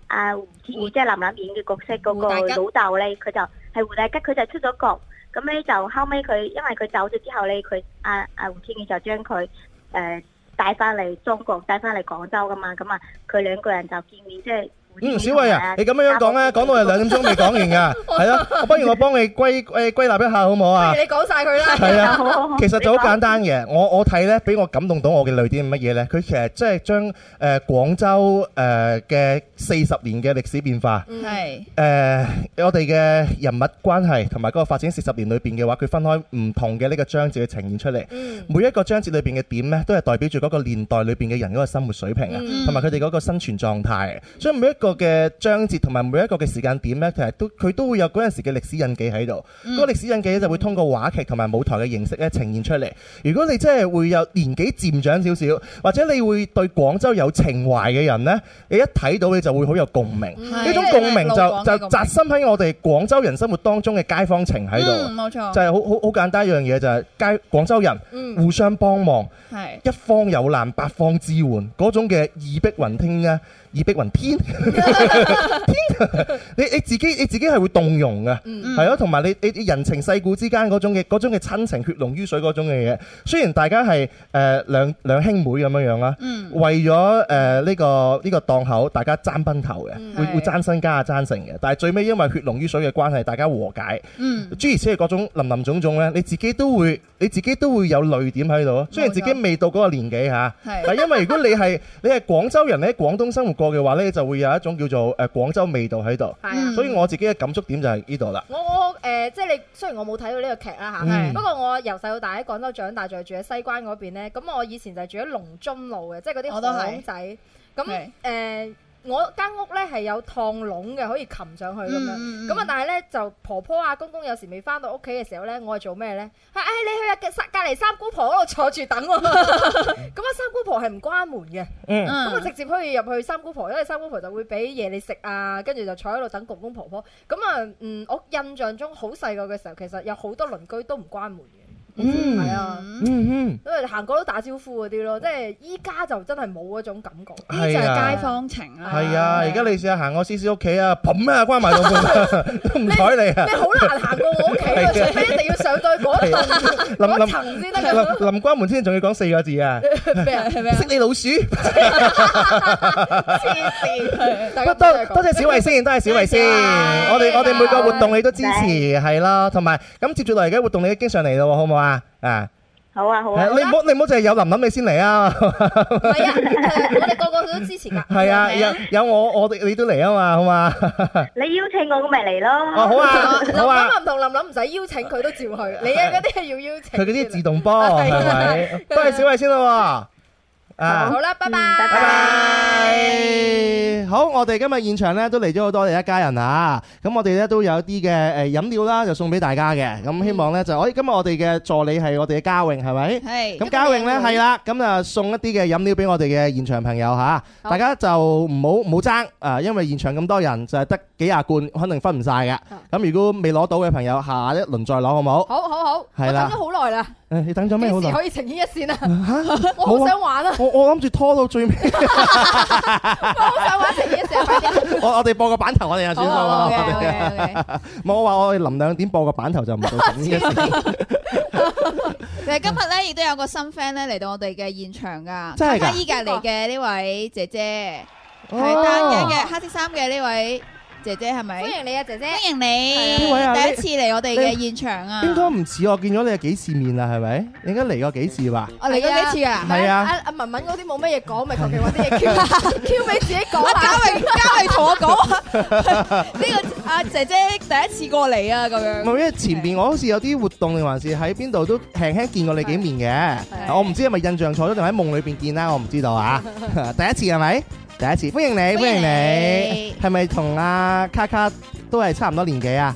S8: 啊胡子魚，即係林林演嘅角色嗰
S6: 胡
S8: 個
S6: 大吉
S8: 老豆咧，佢就係胡大吉，佢就出咗國。咁咧就後尾佢因為佢走咗之後咧，佢啊啊胡天宇就將佢誒帶翻嚟中國，帶翻嚟廣州噶嘛。咁啊，佢兩個人就見面，即係胡天宇
S3: 嗯，小
S8: 同
S3: 慧啊，你咁樣樣講咧，講到係兩點鐘未講完噶，係咯，不如我幫你歸誒歸納一下好唔好啊
S4: 不如？你講晒佢啦。
S3: 係 啊
S8: 好好好，
S3: 其實就好
S8: 你講
S3: 簡單嘅，我我睇咧，俾我感動到我嘅淚點係乜嘢咧？佢其實即係將誒廣州誒嘅四十年嘅歷史變化，
S4: 嗯
S6: 係
S3: 誒、呃我哋嘅人物關係同埋嗰個發展四十年裏邊嘅話，佢分開唔同嘅呢個章節去呈現出嚟。每一個章節裏邊嘅點嗯呢，都係代表住嗰個年代裏邊嘅人嗰個生活水平啊，同埋佢哋嗰個生存狀態。所以每一個嘅章節同埋每一個嘅時間點呢，其實都佢都會有嗰陣時嘅歷史印記喺度。嗰個歷史印記咧就會通過話劇同埋舞台嘅形式咧呈現出嚟。如果你真係會有年紀漸長少少，或者你會對廣州有情懷嘅人呢，你一睇到你就會好有共鳴。呢種共鳴就就扎深喺我哋廣州人生活當中嘅街坊情喺度，啊
S6: 冇錯，嗯
S3: 就係好好好簡單一樣嘢就係街廣州人互相幫忙。
S6: 係
S3: 一方有難，八方支援，嗰種嘅義薄雲天咧，義薄雲天， 天，你你自己你自己係會動容嘅，
S6: 嗯
S3: 係咯、同埋你你你人情世故之間嗰種嘅嗰種嘅親情血濃於水嗰種嘅嘢，雖然大家係誒、呃、兩兩兄妹咁樣樣啦，
S6: 嗯
S3: 為咗誒呢個呢、個檔口，大家爭崩頭嘅，
S6: 嗯
S3: 會會爭身家啊爭成嘅，但係最尾因為血濃於水嘅關係，大家和解，
S6: 嗯
S3: 諸如此類各種林林種種咧，你自己都會你自己都會有淚點喺度啊。雖然自己未到嗰個年紀嚇，
S6: 係
S3: 但因為如果你係你係廣州人，你喺廣東生活過嘅話咧，就會有一種叫做誒廣州味道喺度。
S4: 係啊。
S3: 所以我自己嘅感觸點就係呢度啦。
S4: 我我誒、呃即係你雖然我冇睇到呢個劇啦嚇，
S3: 嗯
S4: 不過我由細到大喺廣州長大，就係住喺西關嗰邊咧。咁我以前就係住喺龍津路嘅，即係嗰
S6: 我都
S4: 啲
S6: 係
S4: 巷仔。咁誒
S6: 係、
S4: 呃我間屋咧係有趟籠嘅，可以擒上去咁樣。
S6: 嗯嗯嗯
S4: 咁啊、但係咧就婆婆啊、公公有時未翻到屋企嘅時候咧，我係做咩咧？係、哎、你去隔隔離三姑婆嗰度坐住 等我。咁啊，三姑婆係唔關門嘅。
S3: 嗯，
S4: 咁我
S6: 嗯
S4: 直接可以入去三姑婆，因為三姑婆就會俾嘢你食啊，跟住就坐喺度等公公婆婆。咁啊，嗯，我印象中好細個嘅時候，其實有好多鄰居都唔關門嘅，
S3: 嗯
S4: 係啊，
S3: 嗯
S4: 因為行過都打招呼嗰啲咯。即係依家就真係冇嗰種感覺。
S3: 嗯，
S6: 呢就
S3: 係
S6: 係街
S3: 啊。
S6: 坊情啦，
S3: 係啊，而家你試下行我思思屋企啊，砰啊關埋到門，都唔睬你啊！
S4: 你好難行過我屋企啊，
S3: 係嘅
S4: 除非一定要上到去嗰
S3: 係啊
S4: 層
S3: 臨
S4: 嗰
S3: 臨
S4: 層先得㗎。
S3: 臨臨關門先，仲要講四個字啊！
S4: 咩啊
S6: 係咩啊
S3: 識你老鼠，
S4: 黐線！大家
S3: 不
S4: 唔好
S3: 多
S4: 再講
S3: 多謝小慧先，多謝小慧先。
S4: 多謝小慧
S3: 我哋我哋每個活動你都支持係啦，同埋咁接住落嚟嘅活動你經常嚟咯喎，好唔好啊？啊！
S8: 好啊好啊，
S3: 係你唔好你唔好淨係有林林你先嚟 啊！
S4: 唔係啊，誒我哋個個都支持㗎。
S3: 係啊，有有我我哋你都嚟啊嘛，好嘛？
S8: 你邀請我咁咪嚟
S3: 哦， 好
S8: 咯，
S3: 啊，
S4: 林
S3: 好啊。
S4: 林唔同林林唔使邀請佢都照去，你啊嗰啲係要邀請先
S3: 佢
S4: 啦。
S3: 嗰啲自動波 係啊咪？多謝小慧先啦喎。啊！
S4: 好啦，拜拜，
S8: 拜
S3: 拜拜。好，我哋今日現場咧都嚟咗好多你一家人啊！咁我哋咧都有啲嘅誒飲料啦，就送俾大家嘅。咁希望咧就，我今日我哋嘅助理係我哋嘅嘉穎係咪？
S6: 係
S3: 咁嘉穎咧係啦，咁啊送一啲嘅飲料俾我哋嘅現場朋友嚇，
S4: 好
S3: 大家就唔好唔好爭啊，因為現場咁多人就係得幾廿罐，肯定分唔晒嘅。咁如果未攞到嘅朋友，下一輪再攞好唔好？
S4: 好好好，我
S3: 係
S4: 等
S3: 啦
S4: 咗好耐啦，
S3: 誒你等咗咩好
S4: 幾時
S3: 耐？
S4: 可以呈現一線啊？
S3: 嚇
S4: 我好想玩啊，
S3: 我我諗住拖到最尾，
S4: 我好想玩呈現一線啊，快啲！
S3: 我我哋播個版頭，啊我哋就
S6: 好
S3: 算數啦。
S6: 嘅，
S3: 我
S6: 好啊
S3: 哋
S6: 嘅，好嘅。
S3: 冇我話我哋臨兩點播個版頭就唔到整呢一時，
S6: 誒，今日咧亦都有個新 friend 咧嚟到我哋嘅現場噶，
S3: 真係㗎
S6: 參
S3: 哦
S6: 加依隔離嘅呢位姐姐， 係單影嘅黑色衫嘅呢位姐姐係咪？
S4: 歡迎你啊，姐姐，
S6: 歡迎
S4: 呢
S3: 位啊
S6: 你，第一次嚟我哋嘅現場啊！
S3: 哦應該唔似我見咗你有幾次面啊啦，係咪？你應該嚟過幾次吧？
S6: 我嚟過幾次啊？
S3: 係啊
S4: 阿阿文文嗰啲冇乜嘢講，咪求其揾啲嘢 Q Q 俾自己講
S6: 阿嘉
S4: 啦。
S6: 榮，嘉榮同我講啊， 呢個阿姐姐第一次過嚟啊，咁
S3: 唔
S6: 樣。
S3: 係，因為前邊我好似有啲活動定還是喺邊度都輕輕見過你幾面嘅，
S6: 係
S3: 我唔知係咪印象錯咗定喺夢裏邊見啦，我唔知道 啊。第一次係咪？第一次，歡迎你，歡迎你
S6: 你，
S3: 係咪同阿卡卡都係差唔多年紀啊？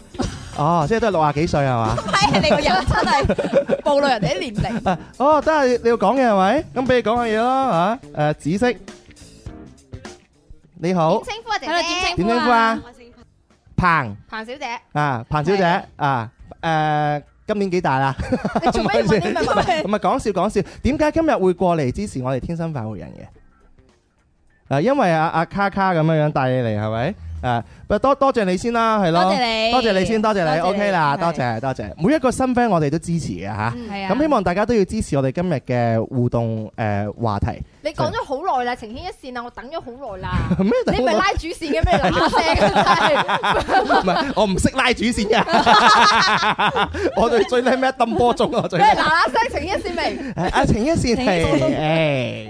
S3: 哦，即係都係六啊幾歲係嘛？
S6: 係哎你個人真 係暴露人哋啲年齡。
S3: 啊哦，都係你要講嘅係咪？咁俾你講下嘢啦嚇。誒，紫色，你好，
S4: 稱呼啊，姐
S6: 係啦點稱
S4: 姐，
S3: 點稱呼啊？彭
S4: 彭小姐，
S3: 啊，彭小姐啊，誒，今年幾大啦？
S4: 你 做咩問啲問問題？
S3: 唔係講笑講笑，點解今日會過嚟支持我哋天生快活人嘅？誒，因為阿阿卡卡咁樣樣帶你嚟係咪？誒，不多多謝你先啦，係咯，
S6: 多謝你
S3: 多謝你先，多謝你
S6: 多謝你
S3: ，OK 啦，
S6: 係
S3: 多謝多謝，每一個新 friend 我哋都支持嘅嚇。
S6: 係啊。
S3: 咁希望大家都要支持我哋今日嘅互動誒話題。
S4: 你講咗好耐啦，呈現一線啦，我等咗好耐啦。
S3: 咩？
S4: 你咪拉主線嘅咩？嗱嗱聲真係
S3: 唔係，我唔識拉主線嘅。 我哋最叻咩？抌波中我最
S4: 咩？
S3: 叻。
S4: 嗱嗱聲呈現一線未？
S3: 阿晴一線係，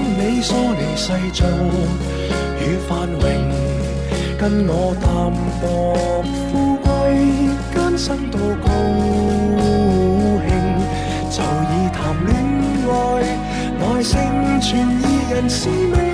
S9: 你梳理世俗與繁榮，跟我淡薄富貴艱辛到高興，就以談戀愛來成全二人使命。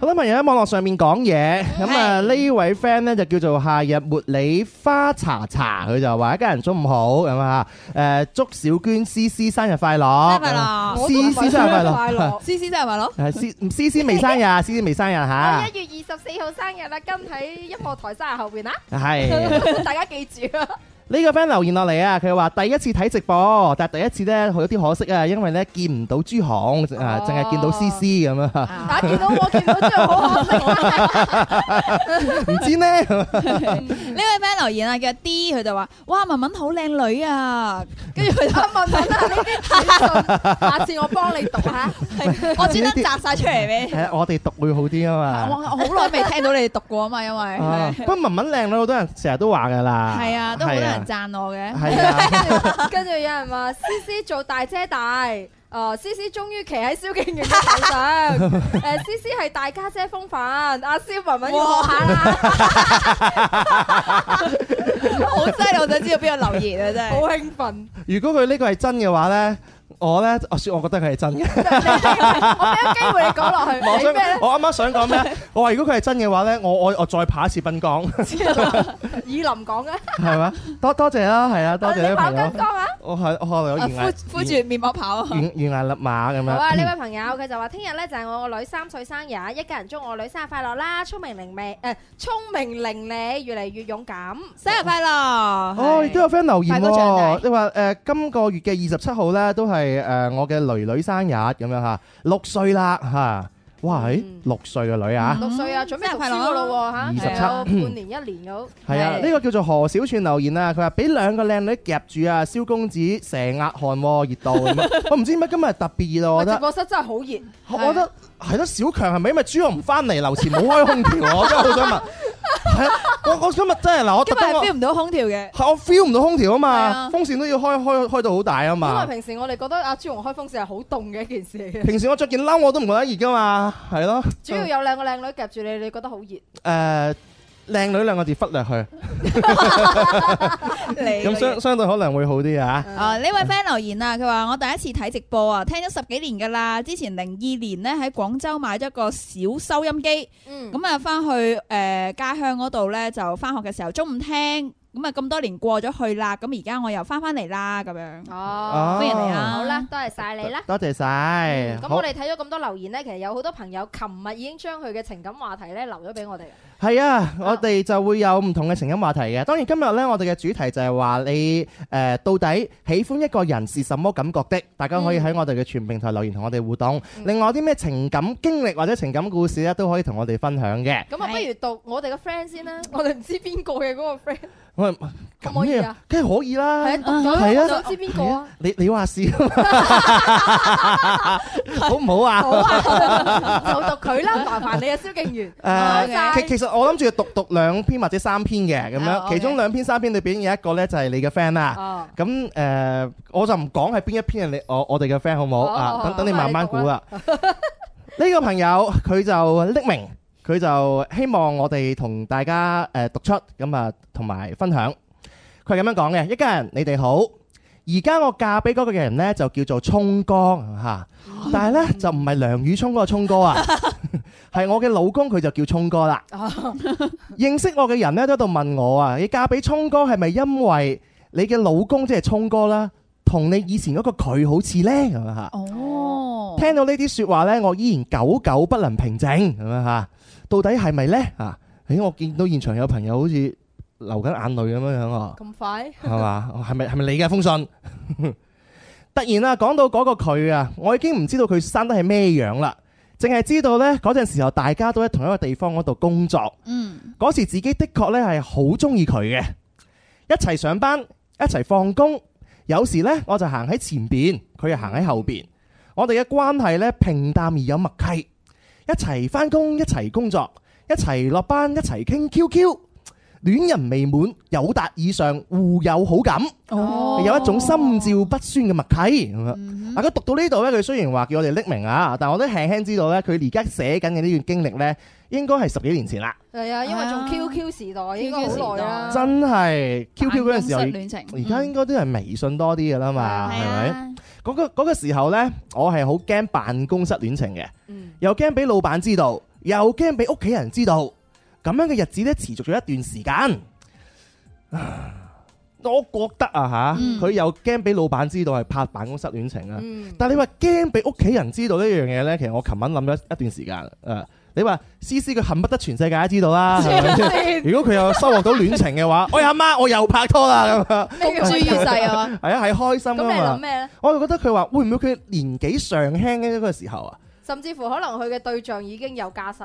S3: 好多朋友喺網絡上面講嘢，咁啊呢位 friend 咧就叫做夏日茉莉花茶茶，佢就話一家人中午好咁啊，誒祝小娟思思生日快樂，
S6: 快樂，
S3: 思思生日快樂，
S6: 思思生日快樂。
S3: 係思思思未生日，思思未生日啊嚇，
S4: 一月二十四號生日啦，跟喺音樂台生日後邊啊，
S3: 係
S4: 大家記住啊。
S3: 呢個 friend 留言落嚟啊，佢話第一次睇直播，但係第一次咧有啲可惜啊，因為咧見唔到朱紅
S6: 哦
S3: 啊，淨係見到思思咁啊，
S4: 大家見到我見到朱紅好可惜
S3: 唔知呢？
S6: 呢位 friend 留言啊，叫 D，佢就話：，哇，文文好靚女啊！跟住佢就
S4: 文文啊，下次我幫你讀下，
S6: 我專登摘晒出嚟俾你。
S3: 係啊我哋讀會好啲啊
S6: 我
S3: 嘛。
S6: 我好耐未聽到你哋讀過啊嘛，因為
S3: 啊不過文文靚女，好多人成日都話噶啦。
S6: 係啊，都好多人
S3: 係啊。
S6: 讚我嘅。
S3: 係啊，
S4: 跟住有人話思思做大姐大，誒思思終於騎喺蕭敬元嘅頭上，誒思思係大家姐風範，阿蕭文文要學下啦，
S6: 好犀利！
S3: 啊
S6: 我想知道邊個留言啊，真係
S4: 好興奮。
S3: 如果佢呢個係真嘅話咧，我咧，我說我覺得佢係真 嘅。
S4: 我俾個機會你講落去，
S3: 我
S4: 你
S3: 想
S4: 咩咧？
S3: 我啱啱想 講咩？我話如果佢係真嘅話咧，我我我再爬一次濱江，
S4: 以林講嘅，
S3: 係嘛？多多謝啦，係啊，多謝
S4: 你
S3: 啲
S4: 跑
S3: 朋友
S4: 金。剛啊！
S3: 我係我可能有懸崖
S6: 啊敷敷住面膜跑啊！嗯
S3: 懸懸崖勒馬咁
S4: 好啊！呢
S3: 樣。
S4: 位朋友佢就話：聽日咧就係我個女三歲生日，一家人祝我女生日快樂啦！聰明伶俐，誒聰明伶俐，越嚟越勇敢。
S6: 生日快樂！
S3: 哦，亦都有 friend 留言
S6: 快高長大
S3: 喎，你話誒今個月嘅二十七號咧，都係誒我嘅女女生日咁樣嚇，六歲啦嚇，哇！
S6: 嗯
S3: 誒六歲嘅女啊
S4: 六歲啊，準
S6: 生
S4: 備
S6: 日
S4: 讀
S6: 快
S4: 書
S6: 樂啊
S4: 噶咯喎嚇，
S3: 27
S4: 仲
S6: 嗯
S4: 有半年一年咁。
S3: 係啊，呢個叫做何小串留言啊，佢話俾兩個靚女夾住啊，蕭公子成額汗喎，熱到 咁啊我唔知點解今日特別熱啊，我
S4: 喂
S3: 覺
S4: 直
S3: 得，
S4: 播室真係好熱。
S3: 我覺得係咯，小強係咪因為朱紅唔翻嚟，樓前冇開空調啊？我真係好 想問。係啊，我我今日真係嗱，我
S6: 今
S3: 特
S6: 日係
S3: 登我
S6: feel 唔到空調 嘅。
S3: 係我 feel 唔到空調啊
S6: 係
S3: 嘛
S6: 啊，
S3: 風扇都要開開開到好大啊
S4: 因為
S3: 嘛。
S4: 平時我哋覺得阿朱紅開風扇係好凍嘅一件 事嚟嘅，
S3: 平時我着件褸我都唔覺得熱噶嘛，係咯。
S4: 主要有兩個靚女夾住你，你覺得好熱。
S3: 誒靚女兩個字忽略佢，
S6: 你
S3: 咁相相對可能會好啲啊。
S4: 嗯
S6: 啊！呢位 friend 留言啊，佢話我第一次睇直播啊，聽咗十幾年㗎啦。之前零二年呢，喺廣州買咗個小收音機，
S4: 嗯，
S6: 咁啊翻去誒、呃家鄉嗰度呢，就翻學嘅時候中午聽，咁啊咁多年過咗去啦，咁而家我又翻翻嚟啦咁樣。
S4: 哦，
S6: 歡迎你啊！
S4: 好啦，，多謝晒你啦。嗯
S3: 多謝晒。
S4: 咁
S3: 好
S4: 我哋睇咗咁多留言呢，其實有好多朋友琴日已經將佢嘅情感話題呢留咗俾我哋。
S3: 係啊，我哋就會有唔同嘅情感話題嘅。當然今日呢，我哋嘅主題就係話你誒、呃到底喜歡一個人是什麼感覺的？大家可以喺我哋嘅全平台留言同我哋互動。另外有啲咩情感經歷或者情感故事呢，都可以同我哋分享嘅。
S4: 咁啊，不如讀我哋嘅 friend 先啦。 我哋唔知邊個嘅嗰個 friend，
S3: 我
S4: 可唔可以
S3: 咁樣
S4: 啊？
S3: 梗係可以啦。
S4: 係啊讀咗
S3: 係啊
S4: 我想知邊個啊？
S3: 你你話事， 好唔好啊？
S4: 好啊，就讀 佢啦，麻煩你啊，蕭敬元。唔該
S3: 誒，
S4: 晒
S3: 其其實我諗住讀讀兩篇或者三篇嘅咁
S6: 啊
S3: 樣，
S6: ，OK
S3: 其中兩篇三篇裏邊有一個咧就係你嘅 friend 啦
S4: 哦。
S3: 咁誒，我就唔講係邊一篇係啊你我我哋嘅 friend 好唔好
S4: 好好
S3: 啊？等
S4: 好
S3: 等你
S4: 咁啊
S3: 慢
S4: 你
S3: 慢
S4: 讀
S3: 估啦。呢個朋友佢就匿名，佢就希望我哋同大家誒讀出咁啊，同埋分享。佢係咁樣講嘅：一家人，你哋好。而家我嫁俾嗰個嘅人呢，就叫做聰啊哥嚇，但係呢，就唔係梁宇聰嗰個聰哥啊，係我嘅老公佢就叫聰哥啦。認識我嘅人呢，都喺度問我啊，你嫁俾聰哥係咪因為你嘅老公即係聰哥啦，同你以前嗰個佢好似呢？咁樣嚇？
S6: 哦，
S3: 聽到呢啲説話呢，我依然久久不能平靜咁樣嚇。到底係咪呢？啊？咦，我見到現場有朋友好似流緊眼淚咁樣樣啊！
S4: 咁快？
S3: 係嘛？哦係咪係咪你嘅封信？ 突然啊，講到嗰個佢啊，我已經唔知道佢生得係咩樣啦，淨係知道呢嗰陣時候大家都喺同一個地方嗰度工作。
S6: 嗯，
S3: 嗰時自己的確呢係好中意佢嘅，一齊上班，一齊放工。有時呢，我就行喺前邊，佢又行喺後邊。我哋嘅關係呢，平淡而有默契，一齊翻工，一齊工作，一齊落班一齊傾 QQ。戀人未滿，友達以上，互有好感，
S6: 哦
S3: 有一種心照不宣嘅默契咁樣。
S6: 嗯
S3: 啊，佢讀到呢度呢，佢雖然話叫我哋匿名啊，但我都輕輕知道呢，佢而家寫緊嘅呢段經歷呢，應該係十幾年前啦。
S4: 係啊，因為仲 QQ 時代，應該 好耐啦。
S3: 真係 QQ 嗰陣時候，
S4: 辦公室戀情嗯
S3: 而家
S6: 嗯
S3: 應該都係微信多啲嘅啦嘛，係
S6: 啊
S3: 咪？嗰個嗰個時候呢，我係好驚辦公室戀情嘅， 又驚俾老闆知道，又驚俾屋企人知道，咁樣嘅日子呢，持續咗一段時間。啊我覺得啊
S10: 嗯
S3: 嚇，佢又驚俾老闆知道係拍辦公室戀情
S4: 嗯
S3: 啊，但係你話驚俾屋企人知道呢樣嘢呢，其實我琴晚諗咗一段時間誒。你話思思佢恨不得全世界都知道啦，係咪
S6: 黐
S3: 先
S6: 線
S3: 如果佢又收穫到戀情 嘅話，喂阿媽，我又拍拖啦咁樣，
S6: 公諸於世啊嘛
S3: 係啊，係開心㗎
S4: 咁你諗
S3: 嘛。
S4: 咩呢？
S3: 我就覺得佢話會唔會佢年紀尚輕嘅嗰個時候啊，
S4: 甚至乎可能佢嘅對象已經有家室，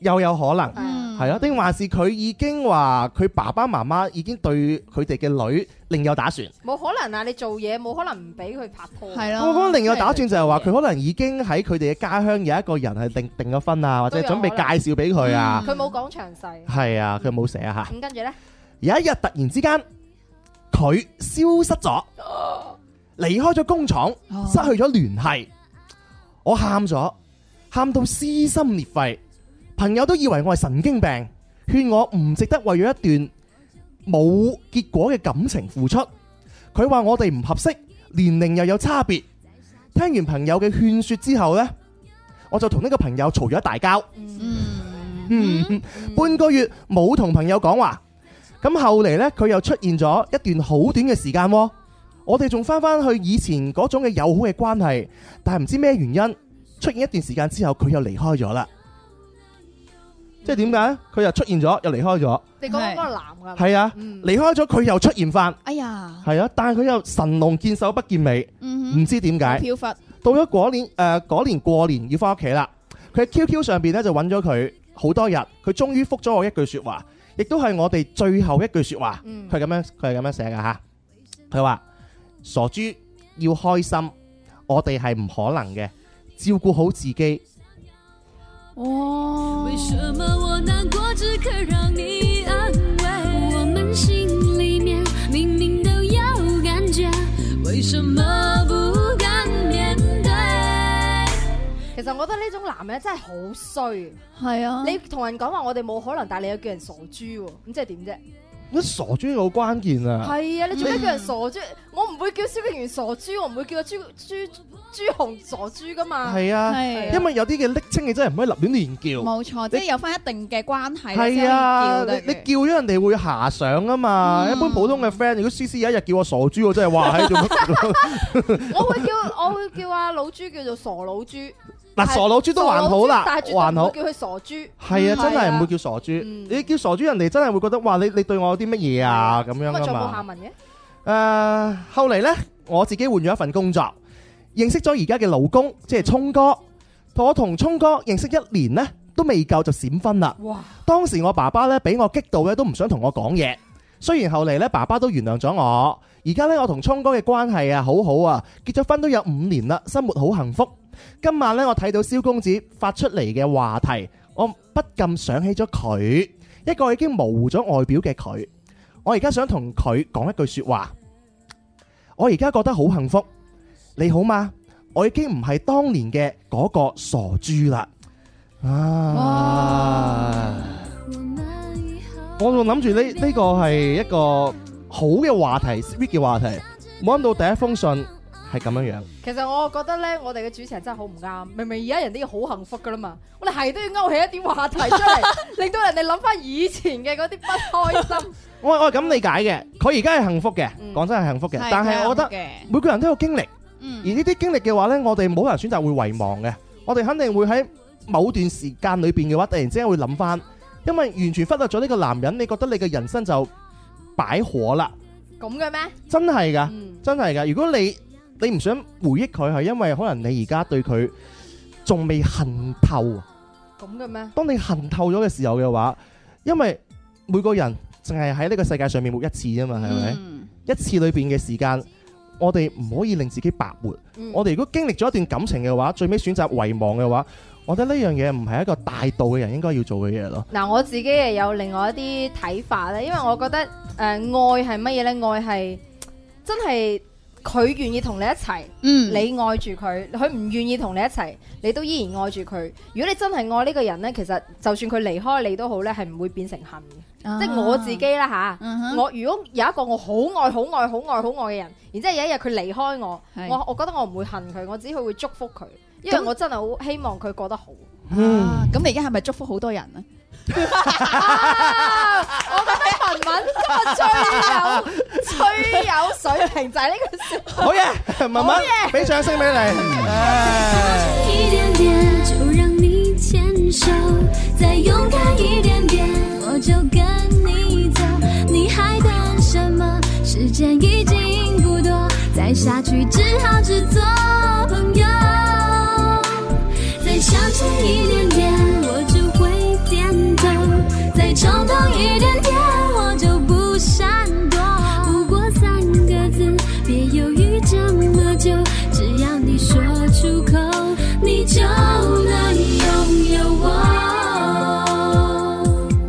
S3: 又有可能 係啊，定還是佢已經話佢爸爸媽媽已經對佢哋嘅女另有打算？
S4: 冇可能啊！你做嘢冇可能唔俾佢拍拖。係
S3: 我覺得另有打算就哦係話佢可能已經喺佢哋嘅家鄉有一個人係定定咗婚啊，或者
S4: 都有
S3: 準備
S4: 可能
S3: 介紹俾佢啊。
S4: 佢冇講詳細。
S3: 係啊，佢冇寫啊嚇。
S4: 咁跟住呢，
S3: 有一日突然之間，佢消失咗，哦離開咗工廠，
S6: 哦
S3: 失去咗聯繫，我喊咗，喊到撕心裂肺，朋友都以為我係神經病，勸我唔值得為咗一段冇結果嘅感情付出。佢話我哋唔合適，年齡又有差別。聽完朋友嘅勸說之後呢，我就同呢個朋友嘈咗一大交。嗯，半個月冇同朋友講話。咁後嚟呢，佢又出現咗一段好短嘅時間喎。我哋仲翻翻去以前嗰種嘅友好嘅關係，但係唔知咩原因，出現一段時間之後，佢又離開咗啦。即係點解？佢又出現咗，又離開咗。
S4: 你講緊嗰個男㗎。
S3: 係啊，
S4: 嗯
S3: 離開咗佢又出現翻。
S6: 哎呀，
S3: 係啊，但係佢又神龍見首不見尾，
S6: 嗯
S3: 唔知點解。
S6: 飄忽，
S3: 到咗嗰年誒呃嗰、年過年要翻屋企啦，佢喺 QQ 上邊咧就揾咗佢好多日，佢終於覆咗我一句説話，亦都係我哋最後一句説話。
S10: 嗯
S3: 佢係咁樣佢係咁樣寫嘅嚇，佢話傻豬要開心，我哋係唔可能嘅，照顧好自己。
S11: 哦，为什么我难过只可让你安慰？我们心里面明明都有感觉，为什么不敢面对？
S4: 其實我覺得呢種男人真係好衰。
S6: 係啊
S4: 你同人講話我哋冇可能，但係你又叫人傻豬喎，咁即係點啫？
S3: 乜傻豬好關鍵啊！
S4: 係啊，你做咩叫人傻豬？我唔會叫蕭敬元傻豬，我唔會叫阿朱朱朱紅傻豬噶嘛。
S3: 係啊，因為有啲嘅昵稱你真係唔可以立亂連叫。
S6: 冇錯，即係有翻一定嘅關係你
S3: 係
S6: 先可
S3: 啊，
S6: 以叫
S3: 你
S6: 得
S3: 你
S6: 嘅。
S3: 叫咗人哋會遐想啊嘛。一般普通嘅 friend，如果 C C 有一日叫我傻豬，我真係話喺 做乜？
S4: 我會叫我會叫阿老朱叫做傻老豬。
S3: 嗱傻老豬都還好啦
S4: 但係絕對
S3: 還好
S4: 唔會叫佢傻豬。嗯
S3: 係啊，真係唔會
S4: 叫。
S3: 叫傻豬。你叫傻豬，人哋真係會覺得哇，你你對我有啲乜嘢嗯啊咁樣
S4: 咁啊，
S3: 噶
S4: 仲冇下
S3: 嘛。
S4: 文嘅？
S3: 誒，後嚟呢，我自己換咗一份工作，認識咗而家嘅老公，即係聰哥。我同聰哥認識一年呢，都未夠就閃婚啦。
S4: 哇！
S3: 當時我爸爸咧俾我激到咧都唔想同我講嘢。雖然後嚟咧爸爸都原諒咗我，而家咧我同聰哥嘅關係啊好好啊，結咗婚都有五年啦，生活好幸福。今晚咧我睇到蕭公子發出嚟嘅話題，我不禁想起咗佢，一個已經模糊咗外表嘅佢。我而家想同佢講一句説話，我而家覺得好幸福。你好嗎？我已經唔係當年嘅嗰個傻豬啦。啊！我仲諗住呢呢個係一個好嘅話題，sweet 嘅話題，冇諗到第一封信係咁樣樣。
S4: 其實我覺得咧，我哋嘅主持人真係好唔啱。明明而家人哋好幸福噶啦嘛，我哋係都要勾起一啲話題出嚟， 令到人哋諗翻以前嘅嗰啲不開心。
S3: 我我係咁理解嘅，佢而家係幸福嘅，
S4: 嗯
S3: 講真係幸福嘅
S4: 係。
S3: 但係
S4: 佢係幸福
S3: 我覺
S4: 嘅
S3: 得每個人都有經歷，而呢啲經歷嘅話呢，我哋冇人選擇會遺忘嘅，我哋肯定會喺某段時間裏邊嘅話，突然之間會諗翻，因為完全忽略咗呢個男人，你覺得你嘅人生就擺火啦。
S4: 咁嘅咩？
S3: 真係噶，
S4: 嗯
S3: 真係噶。如果你你唔想回憶佢，係因為可能你而家對佢仲未恨透啊。
S4: 咁嘅咩？
S3: 當你恨透咗嘅時候嘅話，因為每個人淨係喺呢個世界上面活一次啫嘛，係咪？一次裏邊嘅時間，我哋唔可以令自己白活。
S4: 嗯
S3: 我哋如果經歷咗一段感情嘅話，最尾選擇遺忘嘅話，我覺得呢樣嘢唔係一個大度嘅人應該要做嘅嘢 咯。
S4: 嗱，我自己又有另外一啲睇法咧，因為我覺得誒、呃愛係乜嘢咧？愛係真係佢願意同你一齊，
S6: 嗯
S4: 你愛住佢，佢唔願意同你一齊，你都依然愛住佢。如果你真係愛呢個人咧，其實就算佢離開你都好咧，係唔會變成恨嘅。
S6: 啊
S4: 即係我自己啦吓，
S6: 嗯哼
S4: 我如果有一個我好愛、好愛、好愛、好愛嘅人，然之後有一日佢離開我，
S6: 係
S4: 我我覺得我唔會恨佢，我只係會祝福佢，因為
S6: 咁
S4: 我真係好希望佢過得好。
S6: 啊咁你而家係咪祝福好多人啊？
S4: 我覺得文文今日最有最有水平就係呢個笑。
S3: 好嘢，文文，俾掌聲俾你。唉
S11: 一点点，就让你牵手，再勇敢一点点，我就跟你走。你还等什么？时间已经不多，再下去只好只做朋友。再向前一点点，我就会点头；再冲动一点点，我就不闪躲。不过三个字，别犹豫这么久，只要你说出口，你就能拥有我。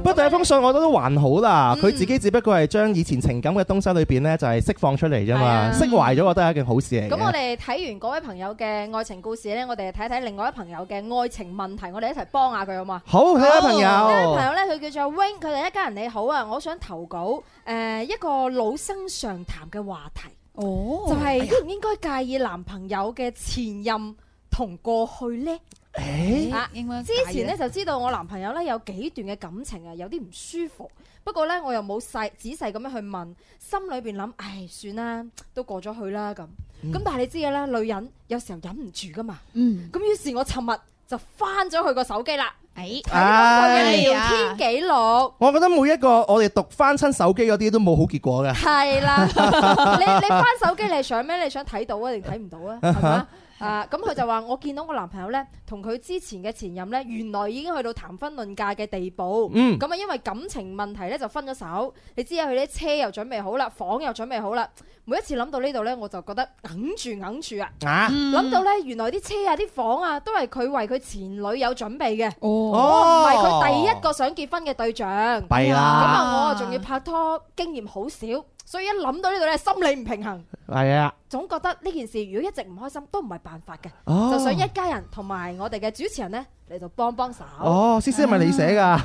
S3: 不過第一封信我覺得都還好啦，佢自己只不過係將以前情感嘅東西裏邊呢，就係釋放出嚟啫嘛，釋懷咗我覺得係一件好事嚟
S4: 啊咁我
S3: 嘅。
S4: 哋睇完嗰位朋友嘅愛情故事咧，我哋睇睇另外一位朋友嘅愛情問題，我哋一齊幫下佢好嘛？
S3: 好睇下朋友
S4: 呢位朋友咧，佢叫做 Wing，佢哋一家人你好啊，我想投稿誒一個老生常談嘅話題，
S6: 哦
S4: 就係應唔應該介意男朋友嘅前任同過去呢？
S3: 誒
S4: 啊
S6: 應該
S4: 之前咧就知道我男朋友咧有幾段嘅感情啊，有啲唔舒服。不過咧，我又冇細仔細咁樣去問，心裏邊諗，唉，算啦，都過咗去啦咁。咁、
S6: 嗯
S4: 但係你知嘅啦，女人有時候忍唔住噶嘛。
S6: 嗯
S4: 咁於是我尋日就翻咗佢個手機啦，
S6: 睇
S4: 到佢
S3: 哎
S4: 嘅
S3: 呀
S4: 聊天記錄。
S3: 我覺得每一個我哋讀翻親手機嗰啲都冇好結果嘅。
S4: 係啦， 你你翻手機你係想咩？你想睇到啊定睇唔到啊？係嘛？啊，咁佢就話：我見到我男朋友咧，同佢之前嘅前任咧，原來已經去到談婚論嫁嘅地步。
S6: 嗯
S4: 咁啊，因為感情問題咧就分咗手。你知啊，佢啲車又準備好啦，房又準備好啦。每一次諗到呢度咧，我就覺得揞住揞住啊！
S3: 啊
S4: 諗到咧，原來啲車啊、啲房啊，都係佢為佢前女友準備嘅。
S6: 哦，
S4: 唔係佢第一個想結婚嘅對象。
S3: 弊啦
S4: 咁啊，我啊仲要拍拖，經驗好少，所以一諗到呢度咧，心理唔平衡。
S3: 係啊，
S4: 總覺得呢件事如果一直唔開心都唔係辦法嘅，
S3: 哦
S4: 就想一家人同埋我哋嘅主持人呢嚟到幫幫手。
S3: 哦，思思係咪你寫㗎？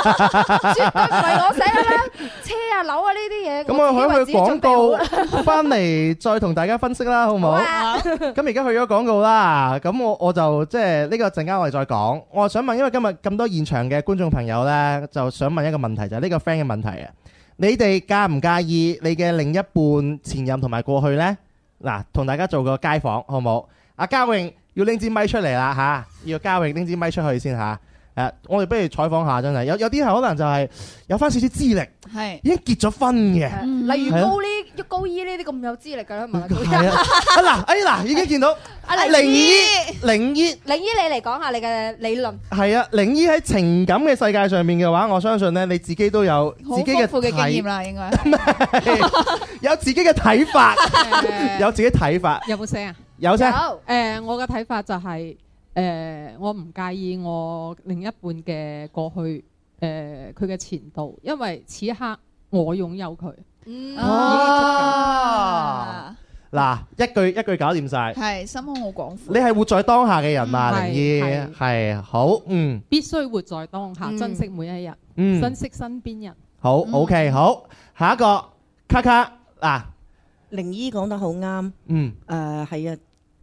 S4: 唔係我寫嘅啦，車啊樓啊呢啲嘢，
S3: 咁我
S4: 我
S3: 響
S4: 自己
S3: 佢
S4: 為自己
S3: 廣
S4: 準備好啦
S3: 告 翻嚟再同大家分析啦，好唔
S4: 啊
S3: 好？咁而家去咗廣告啦，咁我我就即係呢個陣間我哋再講。我想問，因為今日咁多現場嘅觀眾朋友呢，就想問一個問題，就係呢個 friend 嘅問題啊。你哋介唔介意你嘅另一半前任同埋過去呢？嗱，同大家做個街訪，好唔好？阿嘉穎要拎支咪出嚟啦吓，要嘉穎拎支咪出去先吓。誒、我哋不如採訪下真係，有有啲係可能就係有翻少少資歷。
S6: 係
S3: 已經結咗婚嘅，
S4: 例如
S3: 係啊
S4: 高呢、高姨呢啲咁有資歷㗎啦，問下高
S3: 係啊， 啊嗱，哎嗱，已經見到
S4: 阿黎
S3: 玲姨
S4: 姨，
S3: 玲姨
S4: 玲姨你嚟講下你嘅理論。
S3: 係啊，玲姨喺情感嘅世界上面嘅話，我相信咧你自己都有
S6: 好
S3: 自己
S6: 豐
S3: 嘅
S6: 富嘅經驗
S3: 睇，
S6: 啦， 應該
S3: 有自己嘅睇法， 有自己睇法，
S10: 有冇聲啊？
S3: 有聲
S10: 誒、我嘅睇法就係、誒、我唔介意我另一半嘅過去，誒佢嘅前度，因為此刻我擁有佢。
S4: 嗯
S3: 哦，嗱，一句一句搞掂晒，
S6: 係心胸好廣闊。
S3: 你係活在當下嘅人嘛，
S10: 嗯
S3: 玲姨
S10: 係
S3: 係好，嗯
S10: 必須活在當下，
S6: 嗯
S10: 珍惜每一日，
S3: 嗯
S10: 珍惜身邊人。
S3: 好，OK 好，下一個卡卡嗱，
S12: 玲姨講得好啱，
S3: 嗯
S12: 誒係啊，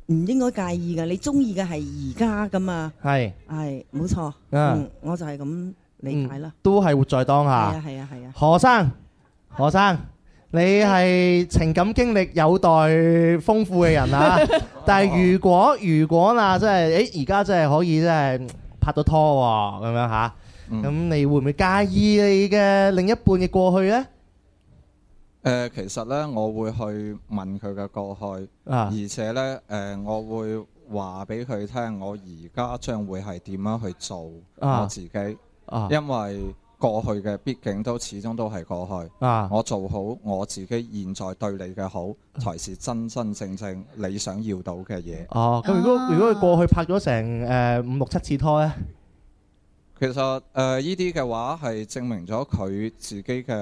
S12: 唔應該介意嘅，你中意嘅係而家噶嘛，
S3: 係
S12: 係冇錯，
S3: 啊
S12: 嗯，我就係咁理解啦，
S3: 都係活在當
S12: 係
S3: 下
S12: 啊。係啊係啊，
S3: 何生，何生，你係情感經歷有待豐富嘅 人啊！但係如果如果啦，即係誒而家真係可以真係拍到拖喎，咁樣吓，咁你會唔會介意你嘅另一半嘅過去呢？
S13: 誒、其實咧，我會去問佢嘅過去，
S3: 啊
S13: 而且咧，誒、我會話俾佢聽，我而家將會係點樣去做
S3: 啊
S13: 我自己，
S3: 啊
S13: 因為過去嘅畢竟都始終都係過去。
S3: 啊
S13: 我做好我自己現在對你嘅好，才是真真正正你想要到嘅嘢。
S3: 哦，咁如果如果佢過去拍咗成誒五六七次拖咧，
S13: 其實誒呢啲嘅話係證明咗佢自己嘅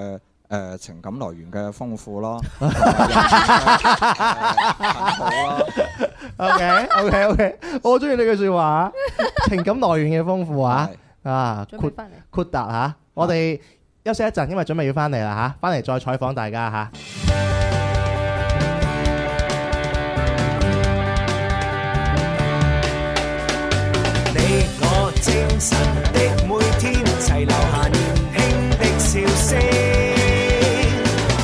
S13: 誒、呃情感來源嘅豐富咯。
S9: 啊
S3: OK OK OK，我中意呢句説話，情感來源嘅豐富啊啊，
S4: 準備
S3: 豁
S4: 翻嚟
S3: 豁達
S4: 啊
S3: 嚇，我哋休息一陣，因為準備要翻嚟啦嚇，翻嚟再採訪大家嚇。
S4: 嗯
S14: 你我精神的每天，齊留下年輕的笑聲。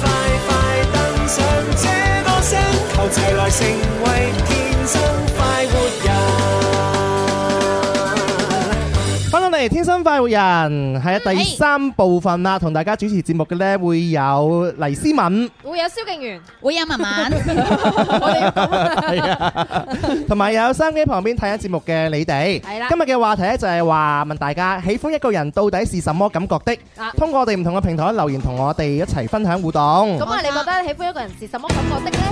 S14: 快快登上這個星球，齊來成為天生快活人。
S3: 翻到嚟《天生快活人》係
S4: 嗯
S3: 啊，
S4: 哎
S3: 第三部分啦，同大家主持節目嘅呢會有黎思敏，
S4: 會有蕭敬元，
S6: 會有 文文，
S3: 係啊， 同埋有收音機旁邊睇緊節目嘅你哋。
S4: 係啦
S3: 今日嘅話題咧就係話問大家喜歡一個人到底是什麼感覺的
S4: 啊？
S3: 通過我哋唔同嘅平台留言同我哋一齊分享互動。
S4: 咁啊，你覺得喜歡一個人是什麼感覺的咧？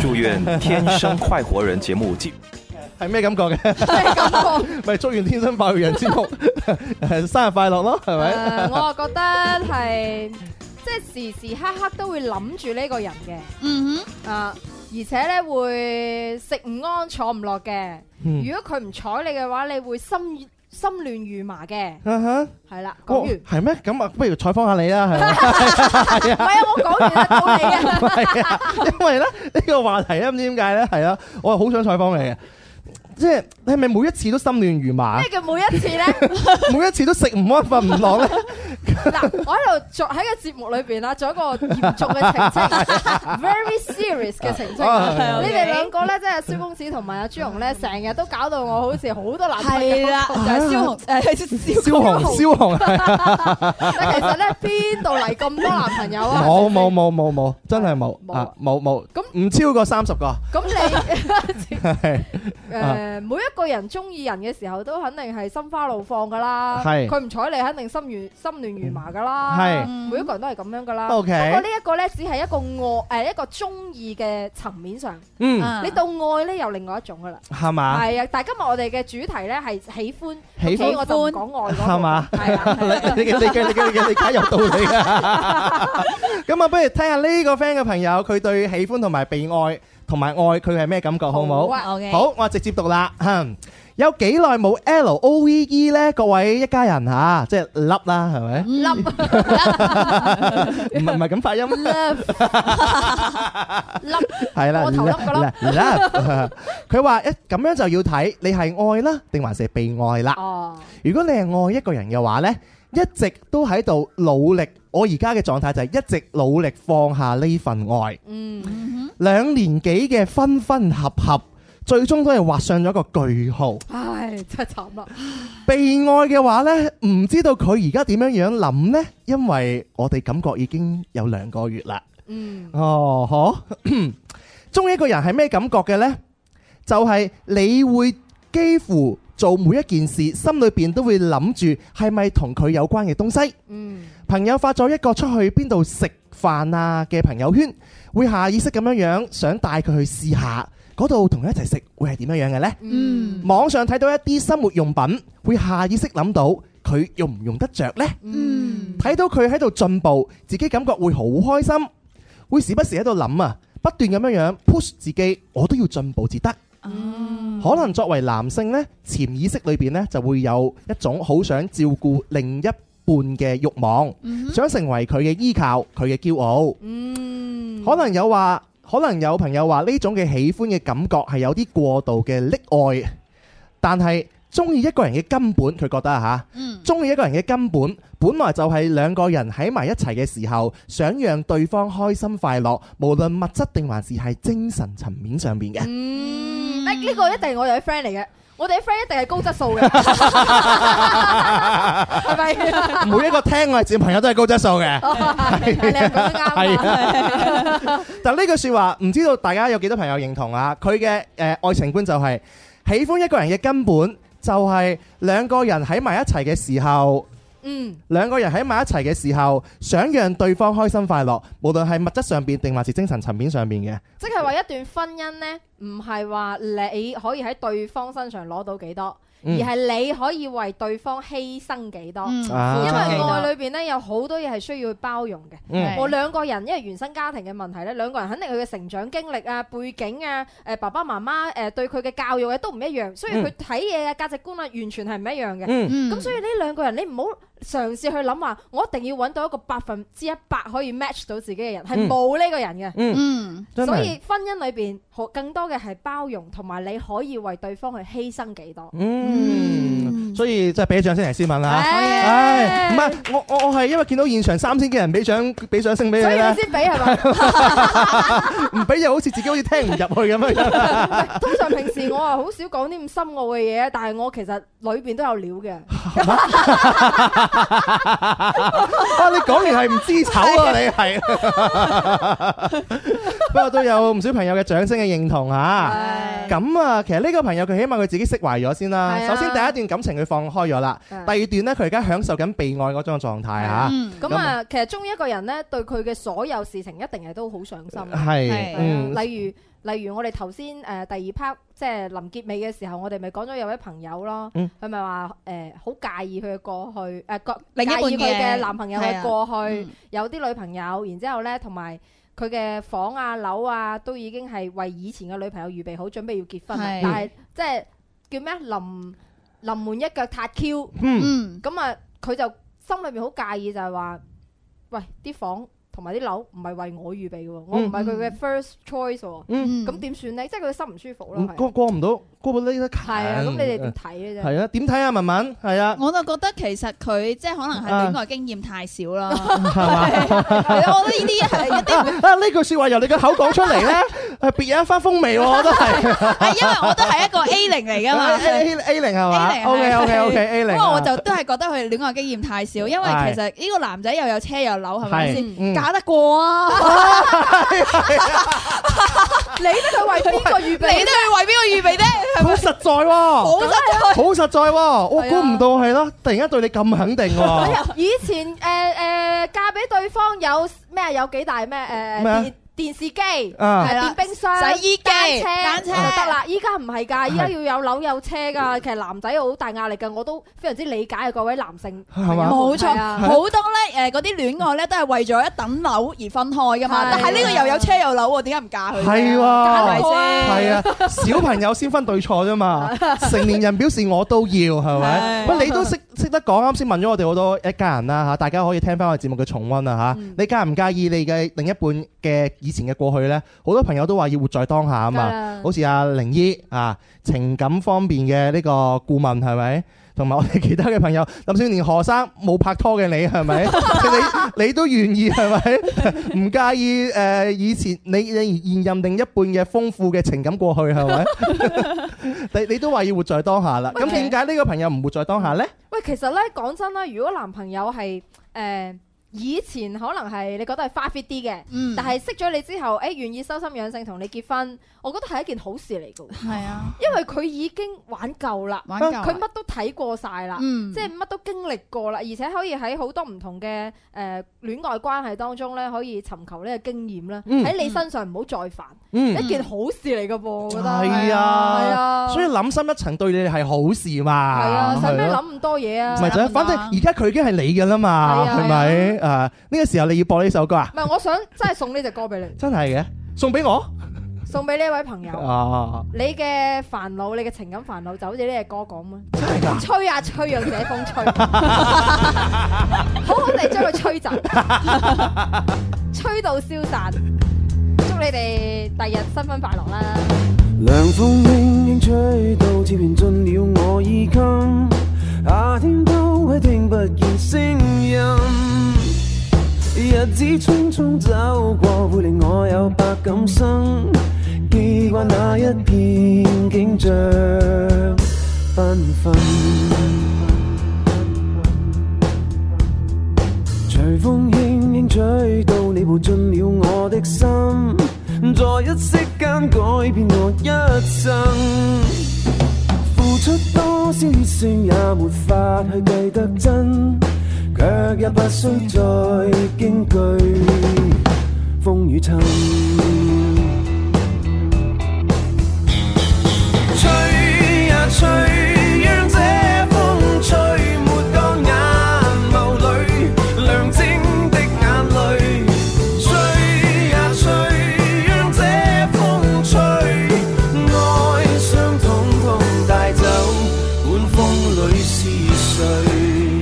S15: 祝愿《天生快活人》节目继
S3: 係咩感覺嘅？ 咪祝願《天生快活人》節 目生日快樂咯，係
S4: 誒、
S3: 咪？
S4: 我啊覺得係即係時時刻刻都會諗住呢個人嘅，
S6: 嗯
S4: 哼，啊，而且咧會食唔安坐唔落嘅。
S3: 嗯
S4: 如果佢唔睬你嘅話，你會心心亂如麻嘅，
S3: 啊哈
S4: 係啦，講
S3: 哦
S4: 完。
S3: 係咩？咁啊，不如採訪下你啦，係 咪？係啊，
S4: 我講完啦，到你啊！
S3: 係啊，因為咧呢個話題咧，唔知點解咧，係啊，我係好想採訪你嘅。即係你係咪每一次都心亂 如麻
S4: 咩？叫每一次咧？
S3: 每一次都食唔安瞓唔落 咧？
S4: 我喺度做喺個節目裏邊啦，做一個嚴重嘅澄清，very serious 嘅澄清啊。
S6: 啊
S4: 你哋兩個咧，即係蕭公子同埋阿朱紅咧，成日都搞到我好似好多男朋友
S6: 係啦
S4: 就係蕭紅
S6: 誒，
S3: 蕭紅，蕭紅 啊係
S4: 但其實咧，邊度嚟咁多男朋友 啊？
S3: 冇冇冇冇冇，真係冇啊，冇冇，唔超過三 十個。
S4: 咁你
S3: 係
S4: 誒每一個人中意人嘅時候，都肯定係心花怒放噶啦。
S3: 係
S4: 佢唔睬你，肯定心亂心亂如麻噶啦。
S3: 係
S6: Ừ.
S4: 每一個人都係咁樣噶啦。
S3: OK
S4: 不過呢一個咧，只係一個愛誒一個中意嘅層面上。
S3: 嗯
S6: À.
S4: 你到愛咧又另外一種噶啦。
S3: 係嘛
S4: 係啊，但係今日我哋嘅主題咧係喜歡，
S3: 喜歡
S4: 所以我就唔講愛嗰個
S3: 係嘛？你嘅你嘅你嘅你嘅理解有道理啊！ 咁啊，不如聽下呢個 friend 嘅朋友，佢對喜歡同埋被愛同埋愛佢係咩感覺，好唔好
S4: 好啊，OK？
S3: 好，我直接讀啦。哼有幾耐冇 L O V E 呢？各位一家人嚇，即係粒啦，係咪？
S4: 粒
S3: 唔係唔係咁發音。
S4: 粒
S3: 係啦，
S4: 我頭粒個 粒
S3: 粒粒佢話一咁樣就要睇你係愛啦，定還是被愛啦。
S4: 哦，
S3: 如果你係愛一個人嘅話呢，一直都喺度努力。我而家嘅狀態就係一直努力放下呢份愛。
S4: 嗯，
S3: 兩年幾嘅分分合合，最終都係畫上咗個句號。
S4: 唉，真係慘啦。
S3: 被愛嘅話呢，唔知道佢而家點樣樣諗呢？因為我哋感覺已經有兩個月啦。
S4: 嗯，
S3: 哦，好。 中意一個人係咩感覺嘅呢？就係、你會幾乎做每一件事，心裏邊都會諗住係咪同佢有關嘅東西。
S4: 嗯，
S3: 朋友發咗一個出去邊度食飯啊嘅朋友圈，會下意識咁樣樣想帶佢去試下，嗰度同佢一齊食會係點樣樣嘅呢？
S4: 嗯，
S3: 網上睇到一啲生活用品，會下意識諗到佢用唔用得着呢？
S4: 嗯，
S3: 睇到佢喺度進步，自己感覺會好開心，會時不時喺度諗啊，不斷咁樣樣 push 自己，我都要進步至得。
S4: 哦
S3: 可能作為男性呢，潛意識裏邊呢就會有一種好想照顧另一半嘅慾望，
S4: 嗯
S3: 想成為佢嘅依靠、佢嘅驕傲。
S4: 嗯
S3: 可能有話，可能有朋友話呢種嘅喜歡嘅感覺係有啲過度嘅溺愛，但係中意一個人嘅根本，佢覺得啊嚇，中意、一個人嘅根本，本來就係兩個人喺埋一齊嘅時候，想讓對方開心快樂，無論物質定還是係精神層面上面嘅。
S4: 嗯，呢呢個一定係我哋嘅 friend 嚟嘅，我哋嘅 friend 一定係高質素 嘅，係咪？
S3: 每一個聽我哋節目朋友都係高質素嘅，
S4: 係你係咁樣
S3: 係啊。 但呢句説話唔知道大家有幾多朋友認同啊？佢嘅誒愛情觀就係、喜歡一個人嘅根本就係兩個人喺埋一齊嘅時候。
S4: 嗯。
S3: 兩個人喺埋一齊嘅時候，想讓對方開心快樂，無論係物質上邊定還是精神層面上邊嘅。
S4: 即係話一段婚姻呢，唔係話你可以喺對方身上攞到幾多。而
S3: 嗯
S4: 係你可以為對方犧牲幾多，
S3: 嗯
S6: Ừ.
S4: 因為
S3: 啊
S4: 愛裏邊咧有好多嘢係需要去包容
S3: 嗯
S4: 嘅。我兩個人因為原生家庭嘅問題咧，兩個人肯定佢嘅成長經歷啊、背景啊、誒爸爸媽媽誒對佢嘅教育嘅都唔一樣，所以
S6: 嗯
S4: 佢睇嘢嘅價值觀啊完全係唔一樣嘅。
S6: 嗯
S4: 咁所以呢兩個人你唔好嘗試去諗話，我一定要揾到一個百分之一百可以 match 到自己嘅人，係
S6: 嗯
S4: 冇呢個人嘅。
S6: 嗯嗯真係
S4: 所以婚姻裏邊好更多嘅係包容，同埋你可以為對方去犧牲幾多。
S3: 嗯，所以即係俾獎先嚟斯文啦。
S4: 哎
S3: 唉，唔係我我我係因為見到現場三千幾人俾獎俾掌聲俾
S4: 所以
S3: 咧
S4: 你，先俾 係嘛？
S3: 唔俾又好似自己好似聽唔入去咁樣。
S4: 通常平時我啊好少講啲咁深奧嘅嘢，但係我其實裏邊都有料嘅。
S3: 啊！你講完係唔知醜 啊！你係， 不過都有唔少朋友嘅掌聲嘅認同嚇。咁啊，其實呢個朋友佢起碼佢自己釋懷咗先啦。
S4: 係啊
S3: 首先第一段感情佢放開咗啦，第
S4: 係
S3: 二段呢，佢而家享受緊被愛嗰種狀態嚇。
S6: Ừ.
S4: 咁啊，其實中意一個人咧，對佢嘅所有事情一定係都好上心。
S3: 係
S4: 係啊
S3: 嗯
S4: 例如例如我哋頭先誒第二 part 即係臨結尾嘅時候，我哋咪講咗有位朋友咯，
S6: 嗯
S4: 佢咪話誒好介意佢嘅過去誒個
S6: 另一半嘅
S4: 介意佢嘅男朋友
S6: 係
S4: 嘅
S6: 啊
S4: 過
S6: Ừ.
S4: 去，有啲女朋友，然之後咧同埋。佢嘅房啊、樓啊，都已經係為以前嘅女朋友預備好，準備要結婚啦
S6: 係。
S4: 但係即係叫咩啊？臨臨門一腳踏 Q，
S3: Ừ.
S6: 嗯
S4: 咁啊，佢就心裏面好介意就係話，喂，啲房同埋啲樓唔係為我預備嘅喎，我唔係佢嘅 first choice 喎，
S6: Ừ.
S3: 嗯
S4: 咁點算呢？即係佢心唔舒服咯，
S3: 嗯
S4: 係
S3: 過過唔到，過唔到呢一級。
S4: 係啊，咁你哋點睇咧？啫？
S3: 係啊，點睇啊？文文係啊，
S6: 我就覺得其實佢即係可能係戀愛經驗太少啦，
S3: 係
S6: 啊，我覺得呢啲係一啲
S3: 啊呢句説話由你嘅口講出嚟咧，係別有一番風味喎，我都 係。
S6: 因為我都係一個 A 零嚟 噶嘛
S3: A A 零係嘛？OK OK OK A 零。啊
S6: 不過我就都係覺得佢戀愛經驗太少，因為
S3: 係
S6: 其實呢個男仔又有車又有樓，係咪
S3: 係嗯
S6: 先嫁得過啊？
S4: 你得佢為邊個預備？
S6: 你得佢為邊個預備啫？係
S3: 好
S6: 咪
S3: 實在喎，好
S6: 實在
S3: 好實在喎，我估唔到係咯，突然間對你咁肯定
S4: 哎 呀
S3: 喎，
S4: 以前誒誒嫁俾對方有咩啊有幾大咩誒
S3: 咩啊
S4: 電電視機
S3: 啊
S4: 係啦，
S6: 係啦
S4: 電冰箱、
S6: 洗衣機
S4: 單
S6: 單
S4: 車
S6: 車
S4: 就得啦。依家唔係㗎，依家
S3: 係
S4: 要有樓有車㗎。其實男仔好大壓力㗎，我都非常之理解啊各位男性。
S3: 係嘛
S6: 冇錯，
S4: 係啊
S6: 好多咧誒嗰啲戀愛咧都係為咗一等樓而分開噶嘛
S4: 係，
S6: 但係呢個又有車有樓喎，點解唔嫁佢啫？
S3: 係喎，
S6: 咪
S3: 係啊，小朋友先分對錯啫嘛，成年人表示我都要係咪？
S6: 係
S3: 喂，你都識識得講，啱先問咗我哋好多一家人啦嚇，大家可以聽翻我哋節目嘅重温啊嚇。你介唔介意你嘅另一半嘅以前嘅過去呢？好多朋友都話要活在當下啊
S6: 梗係
S3: 嘛
S4: 嗯
S6: 啦，
S3: 好似阿玲姨啊，情感方面嘅呢個顧問係咪？同埋我哋其他嘅朋友，林少年何生冇拍拖嘅你係 咪？你你都願意係咪？唔 介意誒、呃以前你你現任另一半嘅豐富嘅情感過去係咪？ 你你都話要活在當下啦，咁點解呢個朋友唔活在當下呢？
S4: 喂，其實咧講真啦，如果男朋友係誒、呃以前可能係你覺得係花 fit 啲嘅，
S6: 嗯
S4: 但係識咗你之後，誒、願意修心養性同你結婚，我覺得係一件好事嚟㗎。
S6: 係啊，
S4: 因為佢已經玩夠啦，
S6: 玩夠
S3: 啊
S6: 啦
S4: 佢乜都睇過晒啦，
S6: 嗯
S4: 即係乜都經歷過啦，而且可以喺好多唔同嘅誒戀愛關係當中咧，可以尋求呢個經驗啦。
S3: 嗯
S4: 喺你身上唔好再犯，
S3: 嗯
S4: 一件好事嚟㗎噃，我覺得
S3: 係
S4: 係
S3: 啊，
S4: 啊，
S3: 所以諗深一層對你哋係好事
S4: 係
S3: 嘛。
S4: 啊，使咩
S3: 係咯
S4: 諗咁多嘢啊？
S3: 唔係就係，反正而家佢已經係你嘅啦嘛，
S4: 係啊
S3: 係咪？誒呢個時候你要播呢首歌啊
S4: 唔？係，我想真係送呢只歌俾你，
S3: 真係嘅，送俾我
S4: 送俾呢位朋友。
S3: 啊！
S4: 你嘅煩惱，你嘅情感煩惱就好似呢只歌咁啊！
S3: 真係㗎
S4: 吹啊吹，讓這風 吹，好好地將佢吹走，吹到消散。祝你哋第日新婚快樂啦！
S14: 涼風輕輕吹到，接連進了我衣襟。
S5: À,
S14: 夏天都會聽不見聲音，日子匆匆走過，會令我有百感生。記掛那一片景象繽紛。隨風輕輕吹到，你步進了我的心，在一息間改變我一生。付出多少血性也沒法去計得真，
S16: 却也不需再驚懼風雨侵。
S14: 吹呀吹，讓這風吹沒乾眼眸裏亮晶的眼淚。吹呀吹，讓這風吹，哀傷統統帶走，管風裏是誰。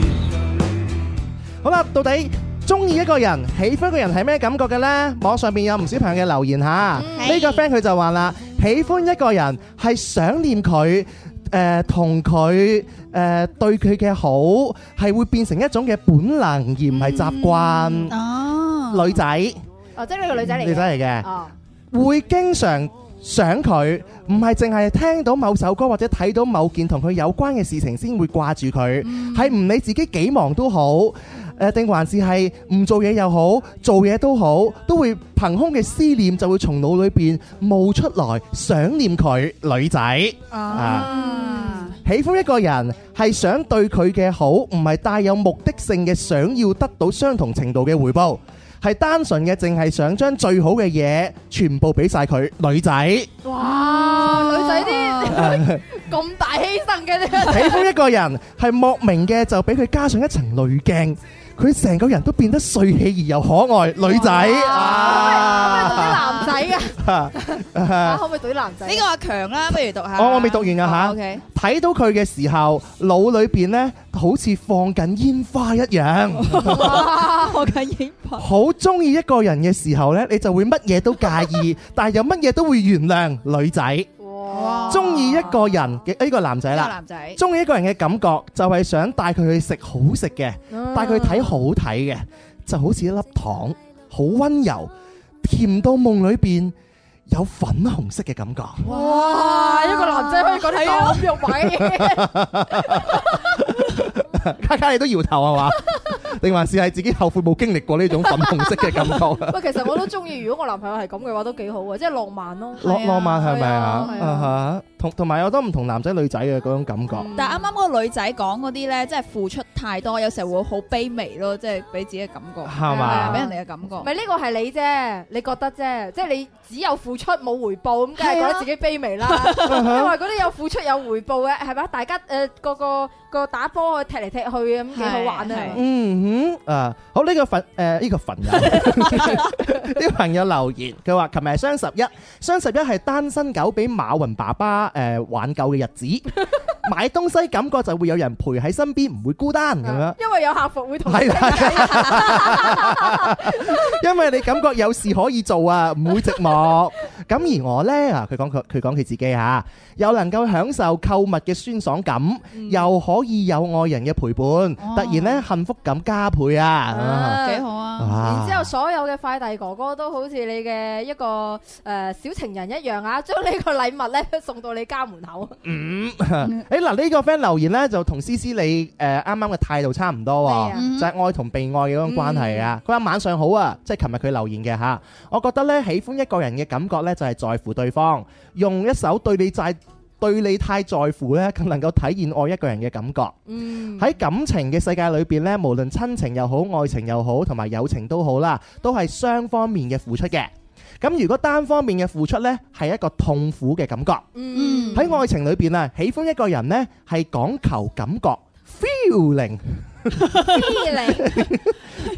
S3: 好啦，到底中意一個人、喜歡一個人係咩感覺嘅呢？網上邊有唔少朋友嘅留言吓，呢、
S4: 嗯
S3: 個 friend 佢就話啦，喜歡一個人係想念佢。誒同佢誒對佢嘅好係會變成一種嘅本能，而唔係習慣。女仔
S4: 哦，即係呢嗯個女仔嚟嘅。
S3: 女仔嚟嘅
S4: 哦，
S3: 會經常想佢，唔係淨係聽到某首歌或者睇到某件同佢有關嘅事情先會掛住佢，
S4: 嗯
S3: 係唔理自己幾忙都好，誒、定還是係唔做嘢又好，做嘢都好，都會憑空嘅思念就會從腦裏邊冒出來，想念佢女仔啊喜歡一個人係想對佢嘅好，唔係帶有目的性嘅想要得到相同程度嘅回報，係單純嘅，淨係想將最好嘅嘢全部俾晒佢女仔。
S4: 哇，女仔 啲咁大犧牲嘅呢
S3: 喜歡一個人係莫名嘅就俾佢加上一層濾鏡，佢成個人都變得帥氣而又可愛，女仔啊！
S4: 男仔嘅， 啊可
S3: 啊
S4: 唔可以對男仔？
S6: 呢個阿強啦，不如讀下。
S3: 我我未讀完啊
S6: 哦，OK
S3: 吓，睇到佢嘅時候，腦裏邊呢好似放緊煙花一 樣。
S6: 哇我嘅影拍。
S3: 好中意一個人嘅時候呢，你就會乜嘢都介 意，但係又乜嘢都會原諒女仔。
S4: 嗯
S3: 中意一個人嘅呢個男仔
S6: 呢個
S3: 啦
S6: 男仔，
S3: 中意一個人嘅感覺就係想帶佢去食好食嘅，
S6: 嗯
S3: 帶佢睇好睇嘅，就好似一粒糖，好温柔，甜到夢裏邊有粉紅色嘅感 覺。
S4: 哇，一個男仔可以講
S6: 係
S4: 啲
S6: 啊
S4: 咁肉麻嘅嘢。
S3: 卡卡你都搖頭 係嘛？定還是係自己後悔冇經歷過呢種粉紅色嘅 感
S4: 喂，
S3: 覺？
S4: 其實我都中意，如果我男朋友係咁嘅話，都幾好啊，即係浪漫咯。
S3: 浪浪漫係咪啊
S4: 係？啊
S3: 啊哈同同埋有好多唔同男仔女仔嘅嗰種感覺。
S6: 但係啱啱嗰個女仔講嗰啲咧，即係付出太多，有時候會好卑微咯，即係俾自己嘅感覺，
S3: 係嘛
S6: 係啊俾人哋嘅感覺。
S4: 咪呢個係你啫，你覺得啫，即係你只有付出冇回報，咁梗係覺得自己卑 微啦。因為嗰啲有付出有回報嘅，係咪？大家誒個個個打波踢嚟踢去咁幾好玩啊！
S3: 嗯哼，啊，好呢、個粉誒呢個粉友 呢個朋友留言，佢話：琴日係雙十一，雙十一係單身狗俾馬雲爸爸誒、呃挽救嘅日子，買東西感覺就會有人陪喺身邊，唔會孤單咁 樣。
S4: 因為有客服會同你
S3: 係
S4: 傾
S3: 啦
S4: 偈，
S3: 因為你感覺有事可以做啊，唔會寂寞。咁而我呢，啊，佢講佢佢講佢自己嚇，又能夠享受購物嘅酸爽感，又可以有愛人嘅陪伴，突然呢，幸福感加倍啊！
S4: 幾好
S3: 啊
S4: 然之後所有嘅快遞哥哥都好似你嘅一個誒小情人一樣啊，將呢 個禮物咧送到你家門口。
S3: 嗯，誒嗱呢個 friend 留言咧就同思思你誒啱啱嘅態度差唔多
S4: 咩啊嗯
S3: 喎，就係愛同被愛嘅嗰種關係啊。佢話晚上好啊，即係琴日佢留言嘅嚇。我覺得咧喜歡一個人嘅感覺咧就係在乎對方，用一首對你債對你太在乎咧，更能夠體現愛一個人嘅感覺。
S4: 嗯，
S3: 喺感情嘅世界裏邊咧，無論親情又好、愛情又好，同埋友情都好啦，都係雙方面嘅付出嘅。咁如果單方面嘅付出呢，係一個痛苦嘅感覺。
S4: 嗯，
S3: 喺愛情裏邊啊，喜歡一個人呢，係講求感覺 feeling。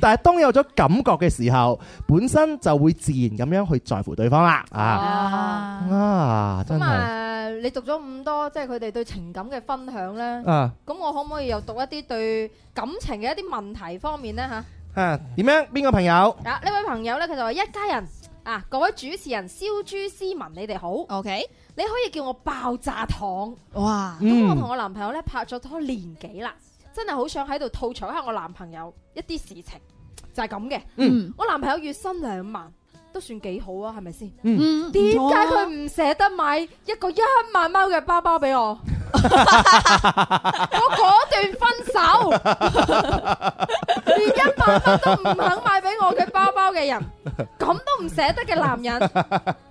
S3: 但係當有咗感覺嘅時候，本身就會自然咁樣去在乎對方啦。啊
S4: 啊，
S3: 啊，真
S4: 咁
S3: 係
S4: 啊，你讀咗咁多，即係佢哋對情感嘅分享咧。
S3: 啊
S4: 咁我可唔可以又讀一啲對感情嘅一啲問題方面呢？吓？
S3: 啊，點樣？邊個朋友？
S4: 啊，呢位朋友呢，佢就話一家人啊，各位主持人燒豬斯文，你哋好。
S6: OK，
S4: 你可以叫我爆炸糖。
S6: 哇
S4: 咁我
S6: 嗯
S4: 同我男朋友呢，拍咗拖年幾啦，真係好想喺度吐槽一下我男朋友一啲事情，就係咁嘅。
S6: 嗯
S4: 我男朋友月薪兩萬。都算幾好啊，係咪先？
S6: 嗯
S4: 點解
S6: 唔錯啊
S4: 佢唔捨得買一個一萬蚊嘅包包俾我？我果斷分手，連一萬蚊都唔肯買俾我嘅包包嘅人，咁都唔捨得嘅男人，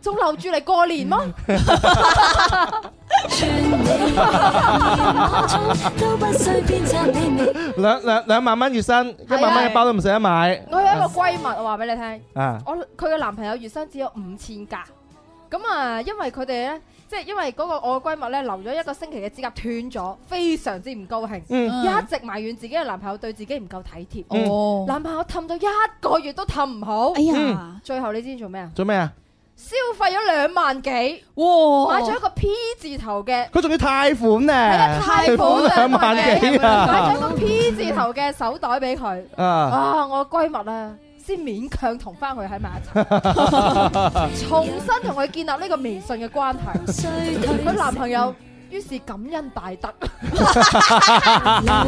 S4: 仲留住嚟過年麼？
S11: 都不需鞭策你未
S3: 兩兩兩萬蚊月薪，一萬蚊一包都唔捨得買。
S4: 我有一個閨蜜，我話俾你聽，
S3: 啊
S4: 我佢嘅男朋友月薪只有五千噶，咁啊，因為佢哋咧，即係因為嗰個我嘅閨蜜咧，留咗一個星期嘅指甲斷咗，非常之唔高興，
S6: Ừ.
S17: 嗯
S4: 一直埋怨自己嘅男朋友對自己唔夠體貼，
S17: 哦
S4: 男朋友氹到一個月都氹唔好，哎
S3: 呀
S6: à?
S3: 嗯
S4: 最後你知唔知做咩啊？
S3: 做咩啊？
S4: 消費咗兩萬幾，
S6: 哇
S4: 買咗一個 P 字頭嘅。啊
S3: 佢仲要貸款呢？
S4: 太好啦，
S3: 兩萬幾
S4: 買咗
S3: 啊！
S4: 個 P 字頭嘅手袋俾佢，
S3: 啊
S4: 啊，我閨蜜啊，先勉強同翻佢喺埋一齊， 重新同佢建立呢個微信嘅關係。佢男朋友於是感恩大德，
S11: 歸，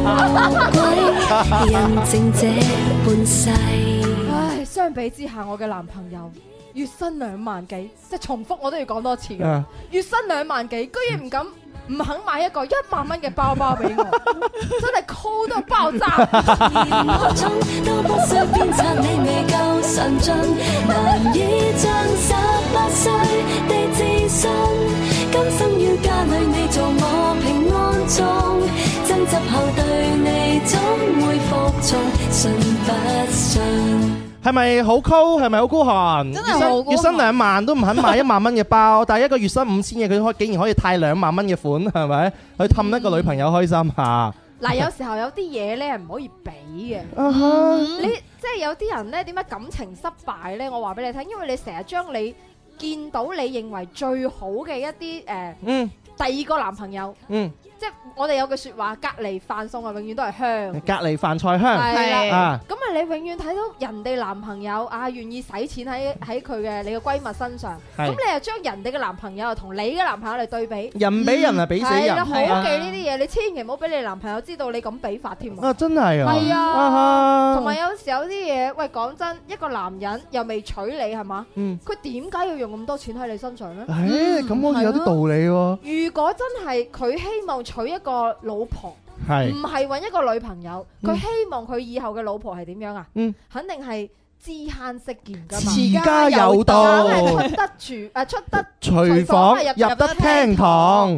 S11: 印證這半世。
S4: 唉，相比之下，我嘅男朋友。月薪兩萬幾，即係重複我都要講多次嘅。
S11: 啊
S4: 月薪兩萬幾，居然唔敢唔肯買一個一萬蚊嘅包包俾我，真係抠到爆炸。
S11: 都不需鞭策你未夠上進，難以將十八歲的自信，今生於家裏你做我平安鐘，爭執後對你總會服從，信不信？
S3: 係咪好高？係咪好孤寒？真
S11: 係好孤寒
S3: 月薪兩萬都唔肯買一萬蚊嘅包，但係一個月薪五千嘅，佢可竟然可以貸兩萬蚊嘅款，係咪？去氹一個女朋友開心啊嚇。
S4: 嗱，有時候有啲嘢咧係唔可以俾嘅。嗯
S3: 啊哈
S4: 你即係有啲人咧，點解感情失敗咧？我話俾你聽，因為你成日將你見到你認為最好嘅一啲誒，呃
S3: 嗯
S4: 第二個男朋友，
S3: 嗯，
S4: 即係我哋有句説話，隔離飯餸啊，永遠都係香。
S3: 隔離飯菜
S4: 係
S3: 香
S4: 啦
S3: 嗯啊，，
S4: 咁啊，你永遠睇到人哋男朋友啊，願意使錢喺喺佢嘅你嘅閨蜜身上，咁
S3: 係
S4: 你又將人哋嘅男朋友同你嘅男朋友嚟對比，
S3: 人比人啊
S4: 嗯
S3: 比死
S4: 係啦
S3: 人
S4: 好記
S3: 係啊
S4: 呢啲嘢，你千祈唔好俾你男朋友知道你咁比法添
S3: 啊真係啊
S4: 係啊，
S3: 啊
S4: 同埋有時有啲嘢，喂，講真，一個男人又未娶你係嘛，
S3: 嗯
S4: 佢點解要用咁多錢喺你身上呢？
S3: 誒咁好似有啲道理喎。
S4: 如果真係佢希望娶一個老婆，
S3: 係
S4: 唔係揾一個女朋友？佢希望佢以後嘅老婆係點樣啊？
S3: 嗯
S4: 肯定係知慳識儉噶嘛，
S3: 持家有道
S4: 梗係出得住啊，出得
S3: 廚房
S4: 係
S3: 入得廳堂，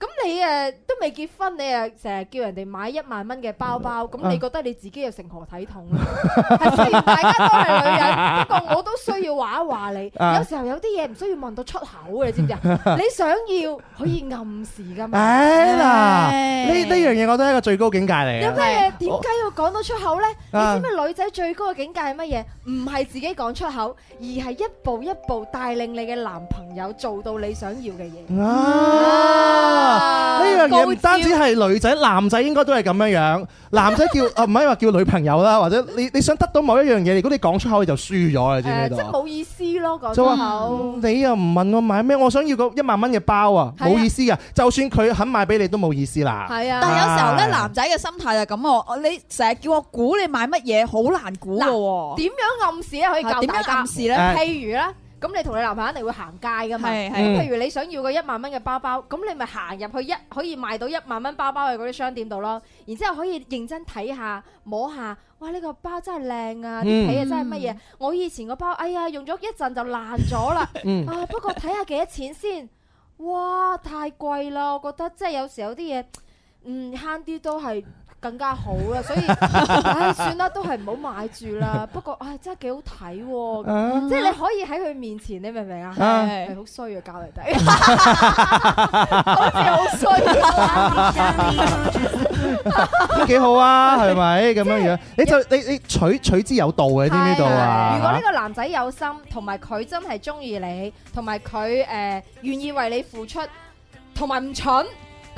S4: 咁你誒都未結婚，你誒成日叫人哋買一萬蚊嘅包包，咁你覺得你自己又成何體統啊？ 係雖然大家都 係女人，不過我都需要話一話你。
S3: 啊
S4: 有時候有啲嘢唔需要問到出口嘅，你知唔 知啊？你想要可以暗示噶嘛？
S3: 唉嗱，哎呢呢樣嘢我都係一個最高境界嚟
S4: 有
S3: 嘅。
S4: 咩嘢點解要講到出口呢？你
S3: 啊
S4: 知唔知女仔最高嘅境界係乜嘢？唔係自己講出口，而係一步一步帶領你嘅男朋友做到你想要嘅嘢。
S3: 啊！
S4: Ờ,
S3: 呢樣嘢唔單止係女仔，男仔應該都係咁樣樣。男仔叫 啊，唔係話叫女朋友啦，或者你你想得到某一樣嘢，如果你講出口你就輸咗，你知唔
S4: 誒，即
S3: 知
S4: 係
S3: 道啊？
S4: 冇意思咯，講出
S3: 就話
S4: 口。
S3: 你又唔問我買咩，我想要個一萬蚊嘅包啊，
S6: 係啊
S3: 冇意思噶。就算佢肯買俾你都冇意思啦。
S4: 係啊
S6: 但係有時候咧，
S3: 唉
S6: 男仔嘅心態就係咁喎我，你成日叫我估你買乜嘢，好難估嘅喎。
S4: 點樣暗示咧？可以教
S6: 係點樣
S4: 大家
S6: 暗示咧
S4: 誒譬如咧，咁你同你男朋友一定會行街噶嘛？
S6: 啊係係
S17: 嗯
S4: 咁譬如你想要個一萬蚊嘅包包，咁你咪行入去一可以賣到一萬蚊包包嘅嗰啲商店度咯，然之後可以認真睇下摸下。哇！呢、個包真係靚啊，啲
S17: 嗯
S4: 皮啊真係乜嘢？我以前個包，哎呀，用咗一陣就爛咗啦。
S17: 嗯
S4: 啊，不過睇下幾多錢先。哇！太貴啦，我覺得即係有時有啲嘢，嗯，慳啲都係更加好啦。所以，唉，算啦，都係唔好買住啦。不過，唉，真係幾好睇喎、
S3: 啊
S4: 即係你可以喺佢面前，你明唔明啊？
S3: 啊
S4: 係好衰啊，教嚟底，好似好衰啊！
S3: 都幾好啊，係 咪咁樣樣？你就你你取取之有道嘅，知唔知道啊？
S4: 如果呢個男仔有心，同埋佢真係中意你，同埋佢誒呃願意為你付出，同埋唔蠢，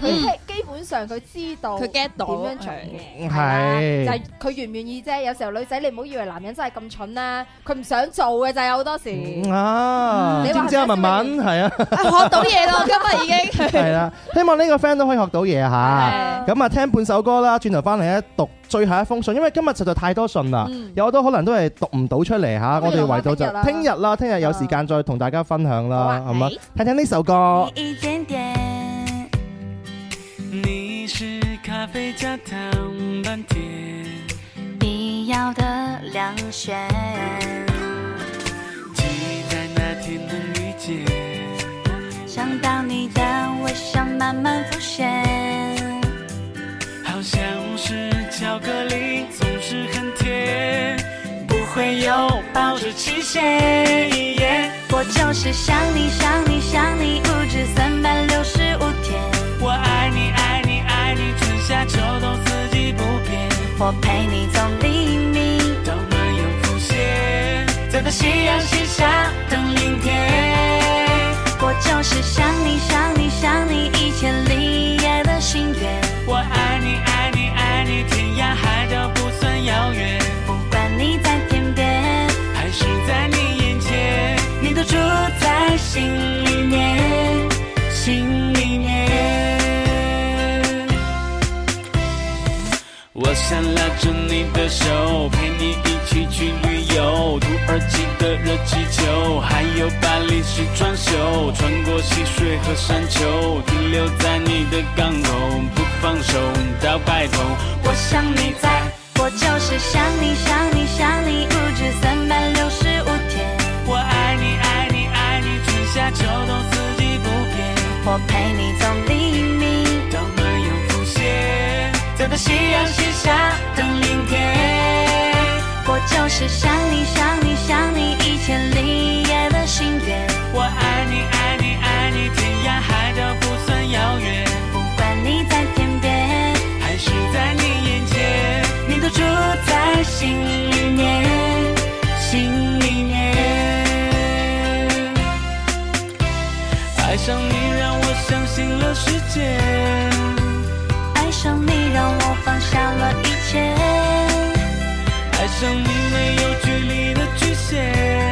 S4: 佢
S6: 嗯
S4: 係基本上佢知道
S6: 佢 get 到
S4: 點樣做嘅。
S3: 嗯係
S4: 就係佢願唔願意啫，有時候女仔你唔好以為男人真係咁蠢啦，佢唔想做嘅就係好多時。
S3: 啊，
S4: 你
S3: 知
S4: 話
S3: 唔知啊？文文係啊，
S6: À,
S4: 學到嘢咯，今日已 經
S3: 係啦，希望呢個 friend 都可以學到嘢嚇。 咁啊，聽半首歌啦，轉頭翻嚟咧讀最後一封信，因為今日實在太多信
S4: 嗯
S3: 啦，有好多可能都係讀唔到出嚟嚇。我哋唯到就聽日啦，聽日
S4: 啊
S3: 有時間再同大家分享啦，好嘛？聽聽呢首歌，
S18: 一点点。
S19: 你是咖啡加糖半甜，
S18: 必要的良选，
S19: 期待那天能遇见。
S18: 想到你的微笑慢慢浮现，
S19: 像是巧克力，总是很甜，不会有保质期限。
S18: 我就是想你想你想你，不止三百六十五天。
S19: 我爱你爱你爱你，春夏秋冬四季不变，
S18: 我陪你从黎明
S19: 到漫有浮现，等到夕阳西下，等明天。
S18: 我就是想你想你想你，一千零一夜的心愿。
S19: 我爱你爱你爱你，天涯海角不算遥远，
S18: 不管你在天边，
S19: 还是在你眼前，
S18: 你都住在心里面，心里面。
S19: 我想拉着你的手，陪你一起去旅游，土耳其的热气球，还有巴黎时装秀，穿过溪水和山丘，停留在你的港口，不放手到白头。我想你在，
S18: 我就是想你想你想你，不止三百六十五天。
S19: 我爱你爱你爱你，春夏秋冬四季不变，
S18: 我陪你从黎明
S19: 到漫游浮现，等到夕阳西下，等明天。
S18: 我就是想你想你想你，一千零一夜的心愿。
S19: 我爱你爱你爱你，天涯海角不算遥远，
S18: 不管你在天边，
S19: 还是在你眼前。
S18: 你都住在心里面，心里面。
S19: 爱上你让我相信了时间，
S18: 爱上你让我放下了一切，
S19: 爱上你没有距离的局限。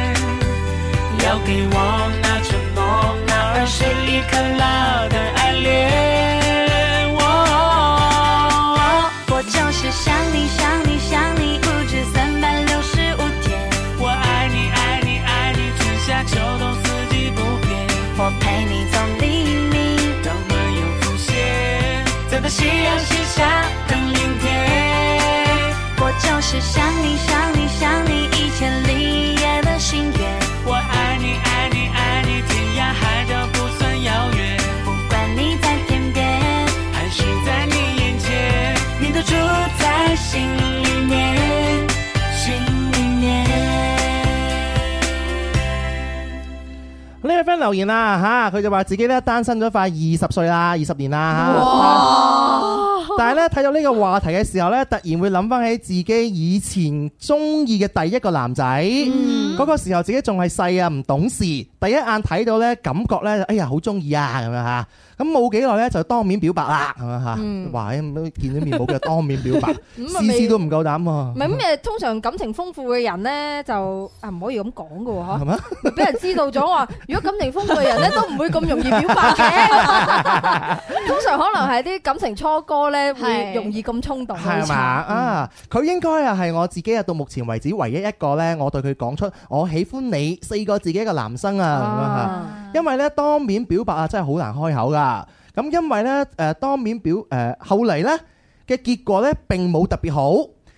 S19: 要给我那承诺，那二十一克拉的爱恋。哦
S18: 我就是想你想你想你，不止三百六十五天，
S19: 我爱你爱你爱你，春夏秋冬四季不变，
S18: 我陪你从黎明
S19: 到漫游浮现，等到夕阳西下，等明天。
S18: 我就是想你想你想你，一千零一夜的心愿。
S19: 我爱你爱你爱你，天涯海角不算遥远，
S18: 不管你在天边，
S19: 还是在你眼前。
S18: 你都住在心里面，心里面。
S3: 呢位 friend 留言啦吓，佢就話自己咧單身咗快二十歲啦，二十年啦吓。但係咧睇到呢個話題嘅時候咧，突然會諗翻起自己以前中意嘅第一個男仔，
S4: 嗯
S3: 嗰、個時候自己仲係細啊，唔懂事，第一眼睇到咧感覺咧，哎呀好中意啊咁樣吓。咁冇幾耐咧就當面表白啦，咁樣吓，
S4: 嗯
S3: 哇咁見咗面冇嘅當面表白，
S4: 咁啊
S3: 思思
S4: 未
S3: 都唔夠膽喎
S4: 唔。係咁誒，通常感情豐富嘅人咧就啊唔可以咁講 嘅喎，
S3: 係
S4: 嚇
S3: 咩？
S4: 咪俾人知道咗 話，如果感情豐富嘅人咧都唔會咁容易表白嘅。通常可能係啲感情初哥咧會
S6: 係
S4: 容易咁衝動。
S3: 係嘛啊！佢應該啊係我自己啊，到目前為止唯一一個呢，我對佢講出我喜歡你四個字嘅一個男生啊
S1: À.
S3: 咁樣嚇，因為呢，當面表白啊真係好難開口噶。咁因為呢，誒、當面表誒、後嚟呢嘅結果呢，並冇特別好。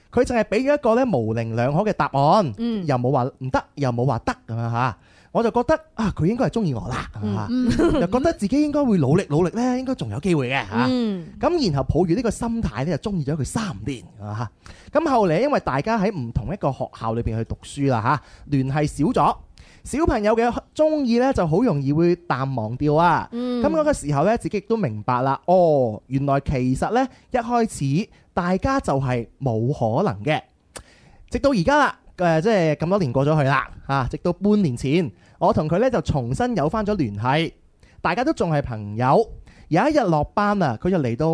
S3: 佢淨係俾咗一個呢模棱兩可嘅答案，
S4: 嗯
S3: 又冇話唔得，又冇話得咁樣嚇。我就覺得啊，佢應該係中意我啦，咁樣嚇
S6: Ừ.
S3: 又覺得自己應該會努力努力呢，應該仲有機會嘅嚇。
S4: 嗯
S3: 咁然後抱住呢個心態咧，就中意咗佢三年啊嚇。咁後嚟因為大家喺唔同一個學校裏邊去讀書啦嚇，聯繫少咗，小朋友嘅中意呢就好容易會淡忘掉啊。
S4: 嗯
S3: 咁嗰個時候呢，自己亦都明白啦，哦，原來其實呢，一開始大家就係冇可能嘅。直到而家啦，誒、即係咁多年過咗去啦，嚇、直到半年前，我同佢呢就重新有翻咗聯繫，大家都仲係朋友。有一日落班啊，佢就嚟到誒、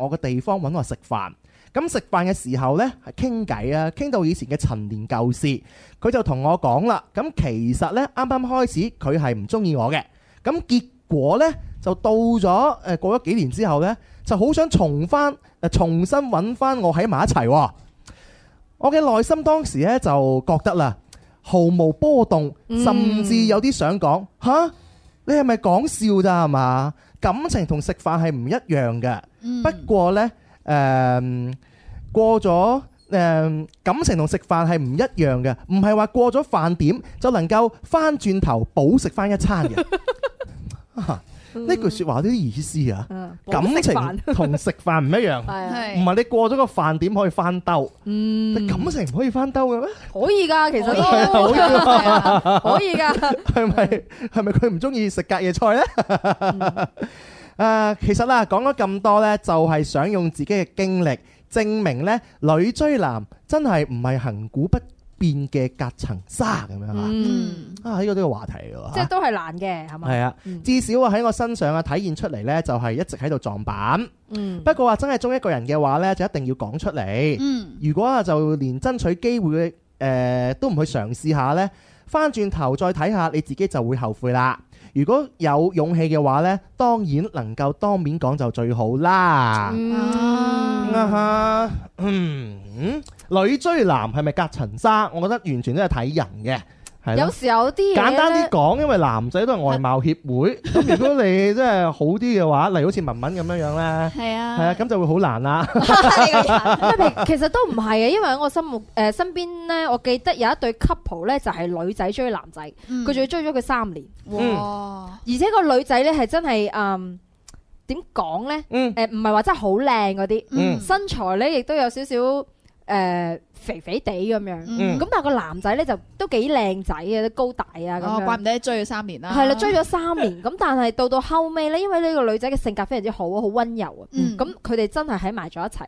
S3: 我嘅地方揾我食飯。咁食飯嘅時候呢，係傾偈啊，傾到以前嘅陳年舊事，佢就同我講啦。咁其實呢，啱啱開始佢係唔中意我嘅，咁結果呢，就到咗誒、過咗幾年之後呢，就好想重翻誒、重新揾翻我喺埋一齊喎、我嘅內心當時咧就覺得啦，毫無波動，
S10: 嗯
S3: 甚至有啲想講吓，你係咪講笑咋係嘛？感情同食飯係唔一樣嘅。
S6: Ừ.
S3: 不過呢，誒、過咗誒、感情同食飯係唔一樣嘅，唔係話過 咗飯點就能夠翻轉頭補食翻一餐嘅。啊呢句說話有啲意思啊
S4: 嗯，
S3: 感
S4: 冇得食飯
S3: 情同食飯唔一樣，
S4: 係
S3: 唔係你過咗個飯點可以翻兜，
S4: 嗯
S3: 你感情唔可以翻兜嘅咩？
S4: 可以噶，其實都
S3: 可以啊
S4: 可以噶，
S3: 係咪係咪佢唔中意食隔夜菜呢？
S4: 嗯
S3: 誒，其實啦，講咗咁多呢，就係想用自己嘅經歷證明呢，女追男真係唔係恒古不變嘅隔層沙咁樣啊！
S4: 嗯，
S3: 啊，呢個都係話題嘅喎。
S4: 即係都嗯係難嘅，係嘛？
S3: 係啊，至少啊喺我身上啊體現出嚟呢，就係一直喺度撞板。
S4: 嗯
S3: 不過話真係中一個人嘅話呢，就一定要講出
S6: Ừ.
S3: 嚟。
S4: 嗯
S3: 如果啊就連爭取機會嘅誒都唔去嘗試下呢，翻轉頭再睇下你自己就會後悔啦。如果有勇氣嘅話呢，當然能夠當面講就最好啦。
S4: 嗯
S3: 啊哈，嗯，女追男係咪隔層沙？我覺得完全都係睇人嘅，係咯
S4: 有時候有啲嘢
S3: 簡單
S4: 呢
S3: 啲講，因為男仔都係外貌協 會，咁如果你真係好啲嘅話，例如好似文文咁樣樣咧，
S4: 係啊
S6: à.
S3: 係啊，咁就會好難啦。
S4: 其實都唔係嘅，因為喺我心目誒、呃身邊咧，我記得有一對 couple 咧就係、女仔追男仔，
S6: Ừ. 嗯
S4: 佢仲要追咗佢三年，
S6: 哇！
S4: 而且個女仔咧係真係嗯。點講呢？
S3: 嗯
S4: 誒唔係話真係好靚嗰啲，
S6: 嗯
S4: 身材呢亦都有少少誒肥肥地咁樣。
S6: 嗯
S4: 咁但係個男仔呢，就都幾靚仔嘅，都高大啊咁
S6: 哦
S4: 樣。
S6: 怪唔得追咗三年啦。
S3: 啊
S4: 係啦，追咗三年，咁但係到到後尾咧，因為呢個女仔嘅性格非常之好啊，好温柔啊，
S3: 嗯
S4: 咁佢哋真係喺埋咗一齊。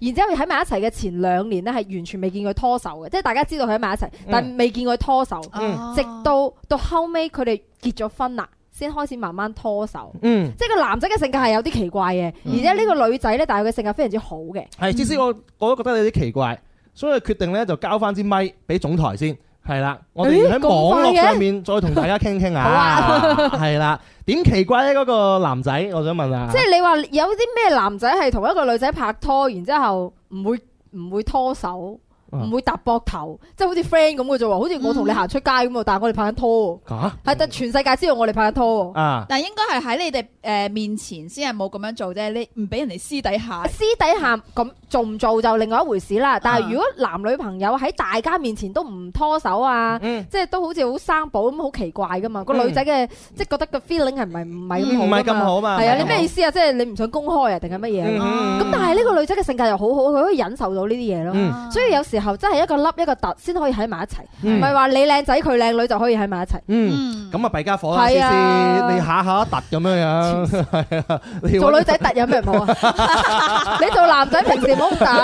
S4: 然之後喺埋一齊嘅前兩年咧，係完全未見佢拖手嘅，即係大家知道佢喺埋一齊，
S3: 嗯
S4: 但係未見佢拖手，
S3: 哦
S17: 嗯
S4: 直到到後尾佢哋結咗婚啦，先開始慢慢拖手。
S3: 嗯
S4: 即係個男仔嘅性格係有啲奇怪嘅，
S3: 嗯
S4: 而且呢個女仔咧，但係佢性格非常之好嘅。
S3: 係，至少我我都覺得有啲奇怪，所以決定咧就交翻支咪俾總台先。係啦，我哋
S4: 咦
S3: 喺
S4: 咁
S3: 網
S4: 快
S3: 絡
S4: 嘅
S3: 上面再同大家傾 傾
S4: 好
S3: 啊
S4: 啊。
S3: 係啦，點奇怪咧？嗰個男仔，我想問啊。
S4: 即係你話有啲咩男仔係同一個女仔拍拖，然之後唔會唔會拖手，
S3: 啊
S4: 唔會搭膊頭，即係好似 friend 咁嘅啫喎，好似我同你行出街咁喎，但係我哋拍緊拖喎，
S3: 嚇
S4: 係但全世界知道我哋拍緊拖喎。
S3: 嗯啊！
S6: 但應該係喺你哋誒面前先係冇咁樣做啫，你唔俾人哋私底下。
S4: 私底下咁做唔做就另外一回事啦。但
S3: 啊
S4: 係如果男女朋友喺大家面前都唔拖手
S3: 嗯
S4: 啊，即係都好似好生保咁，好奇怪噶嘛。個女仔嘅即係覺得個 feeling 係唔係唔係咁好
S3: 唔係咁
S4: 㗎
S3: 好嘛
S4: 係啊，
S3: 唔係咁
S4: 你咩意思啊？即係你唔想公開啊，定係乜嘢啊？咁但係呢個女仔嘅性格又好好，佢可以忍受到呢啲嘢
S3: 嗯
S4: 咯。所以有時候真係一個凹一個突先可以喺埋一齊，
S3: 嗯
S4: 唔係話你靚仔佢靚女就可以喺埋一齊。
S3: 嗯，咁啊弊家伙啦，思
S4: 係啊
S3: 思，你下下一突咁樣樣， 係啊，你
S4: 做
S3: 搵
S4: 女仔突有咩唔好 啊？你做男仔平時唔好咁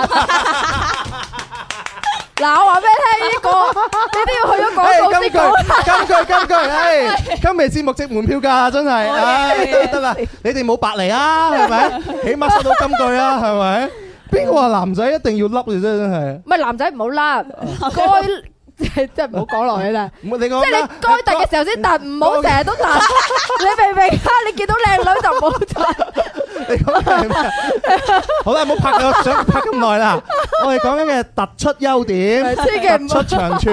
S4: 突。嗱，我話俾你聽，呢個你都 要去咗廣告先
S3: 金句
S4: 講。
S3: 金句金句，唉，今期節目值門票價真係，
S1: À,
S3: 唉，得啦，你哋冇白嚟啊，係咪？起碼收到金句啊，係咪？邊個話男仔一定要笠嘅啫，真係。
S4: 唔係男仔唔好啦，該即係唔好講落去 啦。
S3: 唔係你
S4: 即
S3: 講
S4: 係你該突嘅時候先突，唔好成日 都突。你明唔明啊？你見到靚女就唔好突。
S3: 好啦，唔好拍我想拍咁耐啦。我哋講緊嘅突出優點，
S4: 千祈唔
S3: 突
S4: 好
S3: 出長處。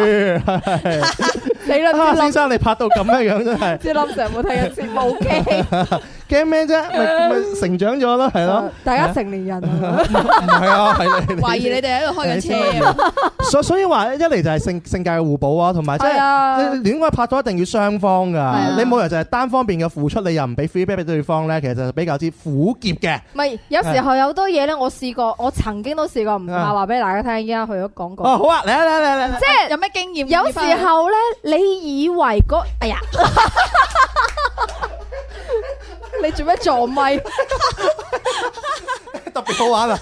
S3: 係
S4: 你啦，
S3: 啊
S4: 知
S3: 先生你拍到咁樣樣真係。
S4: 知冧成日冇睇緊節目嘅，
S3: 驚咩啫？咪咪成長咗咯， 係咯。
S4: 大家成年人啊。
S3: 唔係啊，係你
S6: 懷疑你哋喺度開緊車啊！
S3: 所所以話一嚟就係性性格嘅互補啊，同埋即
S4: 係啊
S3: 係你戀愛拍拖一定要雙方噶，你冇人就係單方面嘅付出，你又唔俾 feedback 俾對方咧，其實就比較之苦澀嘅。
S4: 唔係，有時候有好多嘢咧，我試過，我曾經都試過，唔怕話俾大家聽，依家去咗廣告。
S3: 啊哦，好啊，嚟啊嚟啊嚟啊嚟啊
S4: 即 係
S6: 有咩經驗？
S4: 有時候咧，你以為嗰哎 呀，你做咩撞咪？
S3: 特別好玩啊！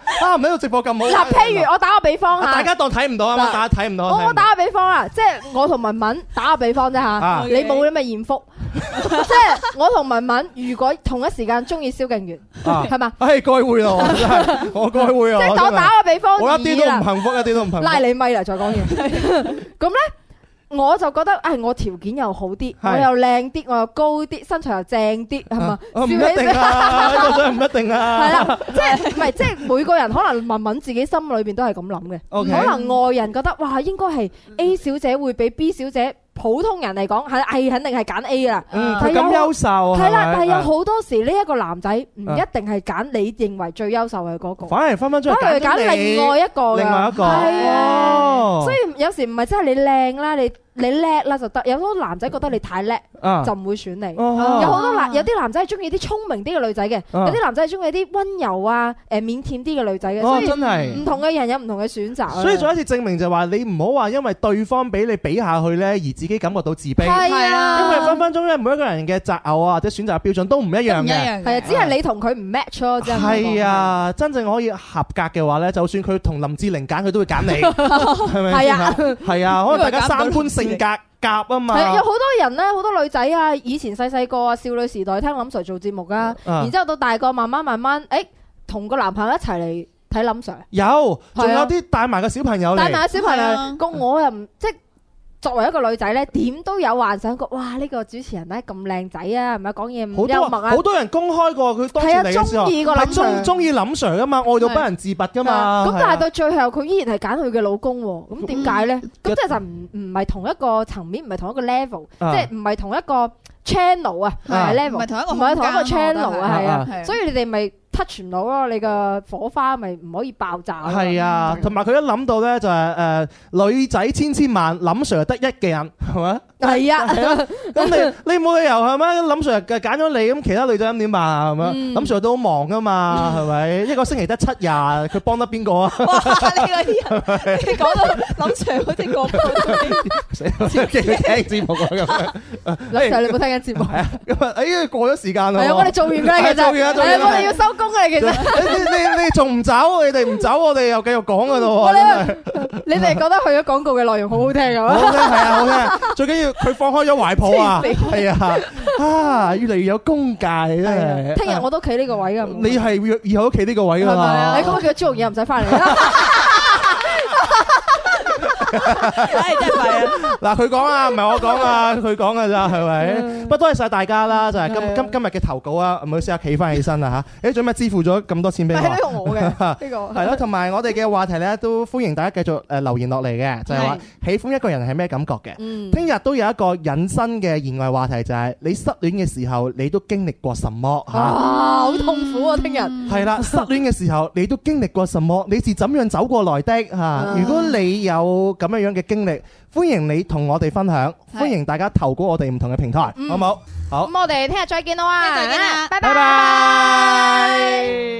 S3: 啊，唔喺度直播咁好玩。
S4: 嗱，譬 如我打個比方嚇，
S3: 大家當睇唔到啊嘛，
S4: 嗱
S3: 大家睇唔到。
S4: 我我
S3: 睇唔到
S4: 打個比方啊，即係我同文文打個比方啫
S3: 啊
S4: 嚇，你冇咁嘅豔 福，即係我同文文如果同一時間中意蕭敬元，
S3: 啊
S4: 係嘛？
S3: 唉，該會 咯，我真係我該會啊！
S4: 即係
S3: 真係
S4: 我打個比方
S3: 我一啲
S4: 而已啦
S3: 都唔幸福，一啲都唔幸
S4: 拉
S3: 福。
S4: 你咪啦，再 講嘢。咁咧，我就覺得，唉，我條件又好啲，我又靚啲，我又高啲，身材又正啲，係嘛？
S3: 啊唔一
S4: 笑起
S3: 定啊，呢個真係唔一定啊。
S4: 係啦，即係唔係即係每個人可能文文自己心裏邊都係咁諗嘅，可
S3: OK
S4: 能外人覺得哇應該係 A 小姐會比 B 小姐普通人嚟講係係肯定係揀 A 啦，
S3: 嗯
S4: 但係有
S3: 佢咁優秀
S4: 係啦，
S3: 係咪
S4: 但係
S3: 啊
S4: 有好多時呢一個男仔唔一
S3: 啊
S4: 定係揀你認為最優秀嘅嗰個，
S3: 反而分分鐘
S4: 反而
S3: 係
S4: 揀
S3: 咗你
S4: 另外一個㗎
S3: 另外一個，
S4: 係啊
S3: 哦
S4: 所以有時唔係真係你靚啦，你你叻啦就得，有好多男仔覺得你太叻
S17: 啊
S4: 就唔會選你。
S17: 哦
S4: 有好多男，有啲男仔係中意啲聰明啲嘅女仔嘅，
S17: 啊
S4: 有啲男仔係中意啲温柔啊、誒腼腆啲嘅女仔嘅。
S3: 哦
S4: 所以
S3: 真係
S4: 唔同嘅人有唔同嘅選擇啊。
S3: 所以再一次證明就係話，你唔好話因為對方俾你比下去呢，而自己感覺到自卑。
S4: 係啊
S3: 因為分分鐘咧，每一個人嘅擇偶啊或者選擇標準都唔一樣嘅。
S4: 係啊，只係你同佢唔 match 咯，真
S3: 係。啊，真正可以合格嘅話呢，就算佢同林志玲揀，佢都會揀 你，係咪
S4: 係
S3: 先
S4: 啊
S3: 嚇？係啊，可能大家三
S4: 因為揀唔到
S3: 觀性格夾啊嘛。
S4: 係 有好多人咧，好多女仔啊，以前細細個啊，少女時代聽林 Sir 做節目噶，
S3: 啊
S4: 然之後到大個慢慢慢慢，誒同個男朋友一齊嚟睇林 Sir，
S3: 有，仲
S4: 係
S3: 有
S4: 啊
S3: 啲帶埋個小朋友嚟，
S4: 帶埋小朋
S3: 係啊
S4: 友，個我又唔即係作為一個女仔咧，點都有幻想過，哇！呢個主持人咧咁靚仔啊，係咪講嘢
S3: 好
S4: 唔
S3: 多
S4: 幽默啊？
S3: 好多人公開過佢當時嚟嘅時候，
S4: 係啊中意個林
S3: 係中
S4: Sir
S3: 中意林 Sir 噶嘛，愛到不人自拔噶嘛。
S4: 咁
S3: 係啊
S4: 但係到最後佢依然係揀佢嘅老公喎，咁點解呢？咁即係就唔唔係同一個層面，唔係同一個 level，即
S17: 啊
S4: 係唔係同一個 channel 啊，唔係
S17: 啊
S4: level，
S17: 唔係同一個
S4: 唔係同一
S17: 空間
S4: 個
S17: 咯
S4: channel
S17: 我覺得係
S4: 啊，係
S17: 啊係
S4: 啊，
S17: 啊
S4: 所以你哋咪 touch 唔到咯，你個火花咪唔可以爆炸咯。
S3: 係啊，同埋佢一諗到咧就係誒女仔千千萬，林 Sir 得一嘅人係 咪？
S4: 係啊
S3: 係啊咁你你冇理由係咪？林 Sir 揀咗你，咁其他女仔咁點辦啊？咁樣
S4: 嗯
S3: 林 Sir 都好 忙噶嘛，係咪？一個星期得七日，佢幫得邊個啊？
S6: 你講到諗住好似 講
S3: 死我真係聽節目啊咁樣。
S4: 林 Sir，你冇聽緊節目？
S3: 係啊，咁啊，哎過咗時間啦喎。
S4: 係啊，我哋 做完㗎啦，其
S3: 係做完啦
S4: 實
S3: 做
S4: 係啊
S3: 完啦
S4: 我哋要收工㗎啦，其
S3: 你
S4: 實。
S3: 你你仲唔走？你哋唔走，我哋又繼續講噶咯
S4: 我
S3: 喎。
S4: 咧
S3: 真係
S4: 你哋覺得佢嘅廣告嘅內容好好 聽啊？
S3: 好聽係啊，好聽！最緊要佢放開咗懷抱啊，
S4: 黐線
S3: 係啊，啊，越嚟越有功界真係。
S4: 啊
S3: 啊
S4: 聽日我都企呢個位㗎。
S3: 你係要以後都企呢個位㗎
S4: 係咪啊？
S3: 嘛
S4: 你？咁叫朱紅葉唔使翻 嚟啦。
S3: 嗱，佢講啊，唔係我講啊，佢講㗎咋，係
S4: 嗯
S3: 咪？不過多謝晒大家啦，就係今今今日嘅投稿啊，唔好意思啊，企翻起身啦嚇。誒，做咩支付咗咁多錢俾我？呢
S4: 個我 嘅呢個
S3: 係咯，同埋我哋嘅話題咧，都歡迎大家繼續誒留言落嚟嘅，就係話喜歡一個人係咩感覺嘅。
S4: 嗯
S3: 聽日都有一個引申嘅言外話題，就係你失戀嘅時候，你都經歷過什麼嚇？
S4: 啊，好痛苦啊！聽日
S3: 係啦，失戀嘅時候，你都經歷過什麼？你是怎樣走過來的嚇？如果你有咁樣樣嘅經歷，歡迎你同我哋分享，歡迎大家投稿我哋唔同嘅平台，好唔好？好，
S4: 咁我哋聽日再見啦，哇
S17: 聽日再見啦
S4: 拜
S3: 拜拜。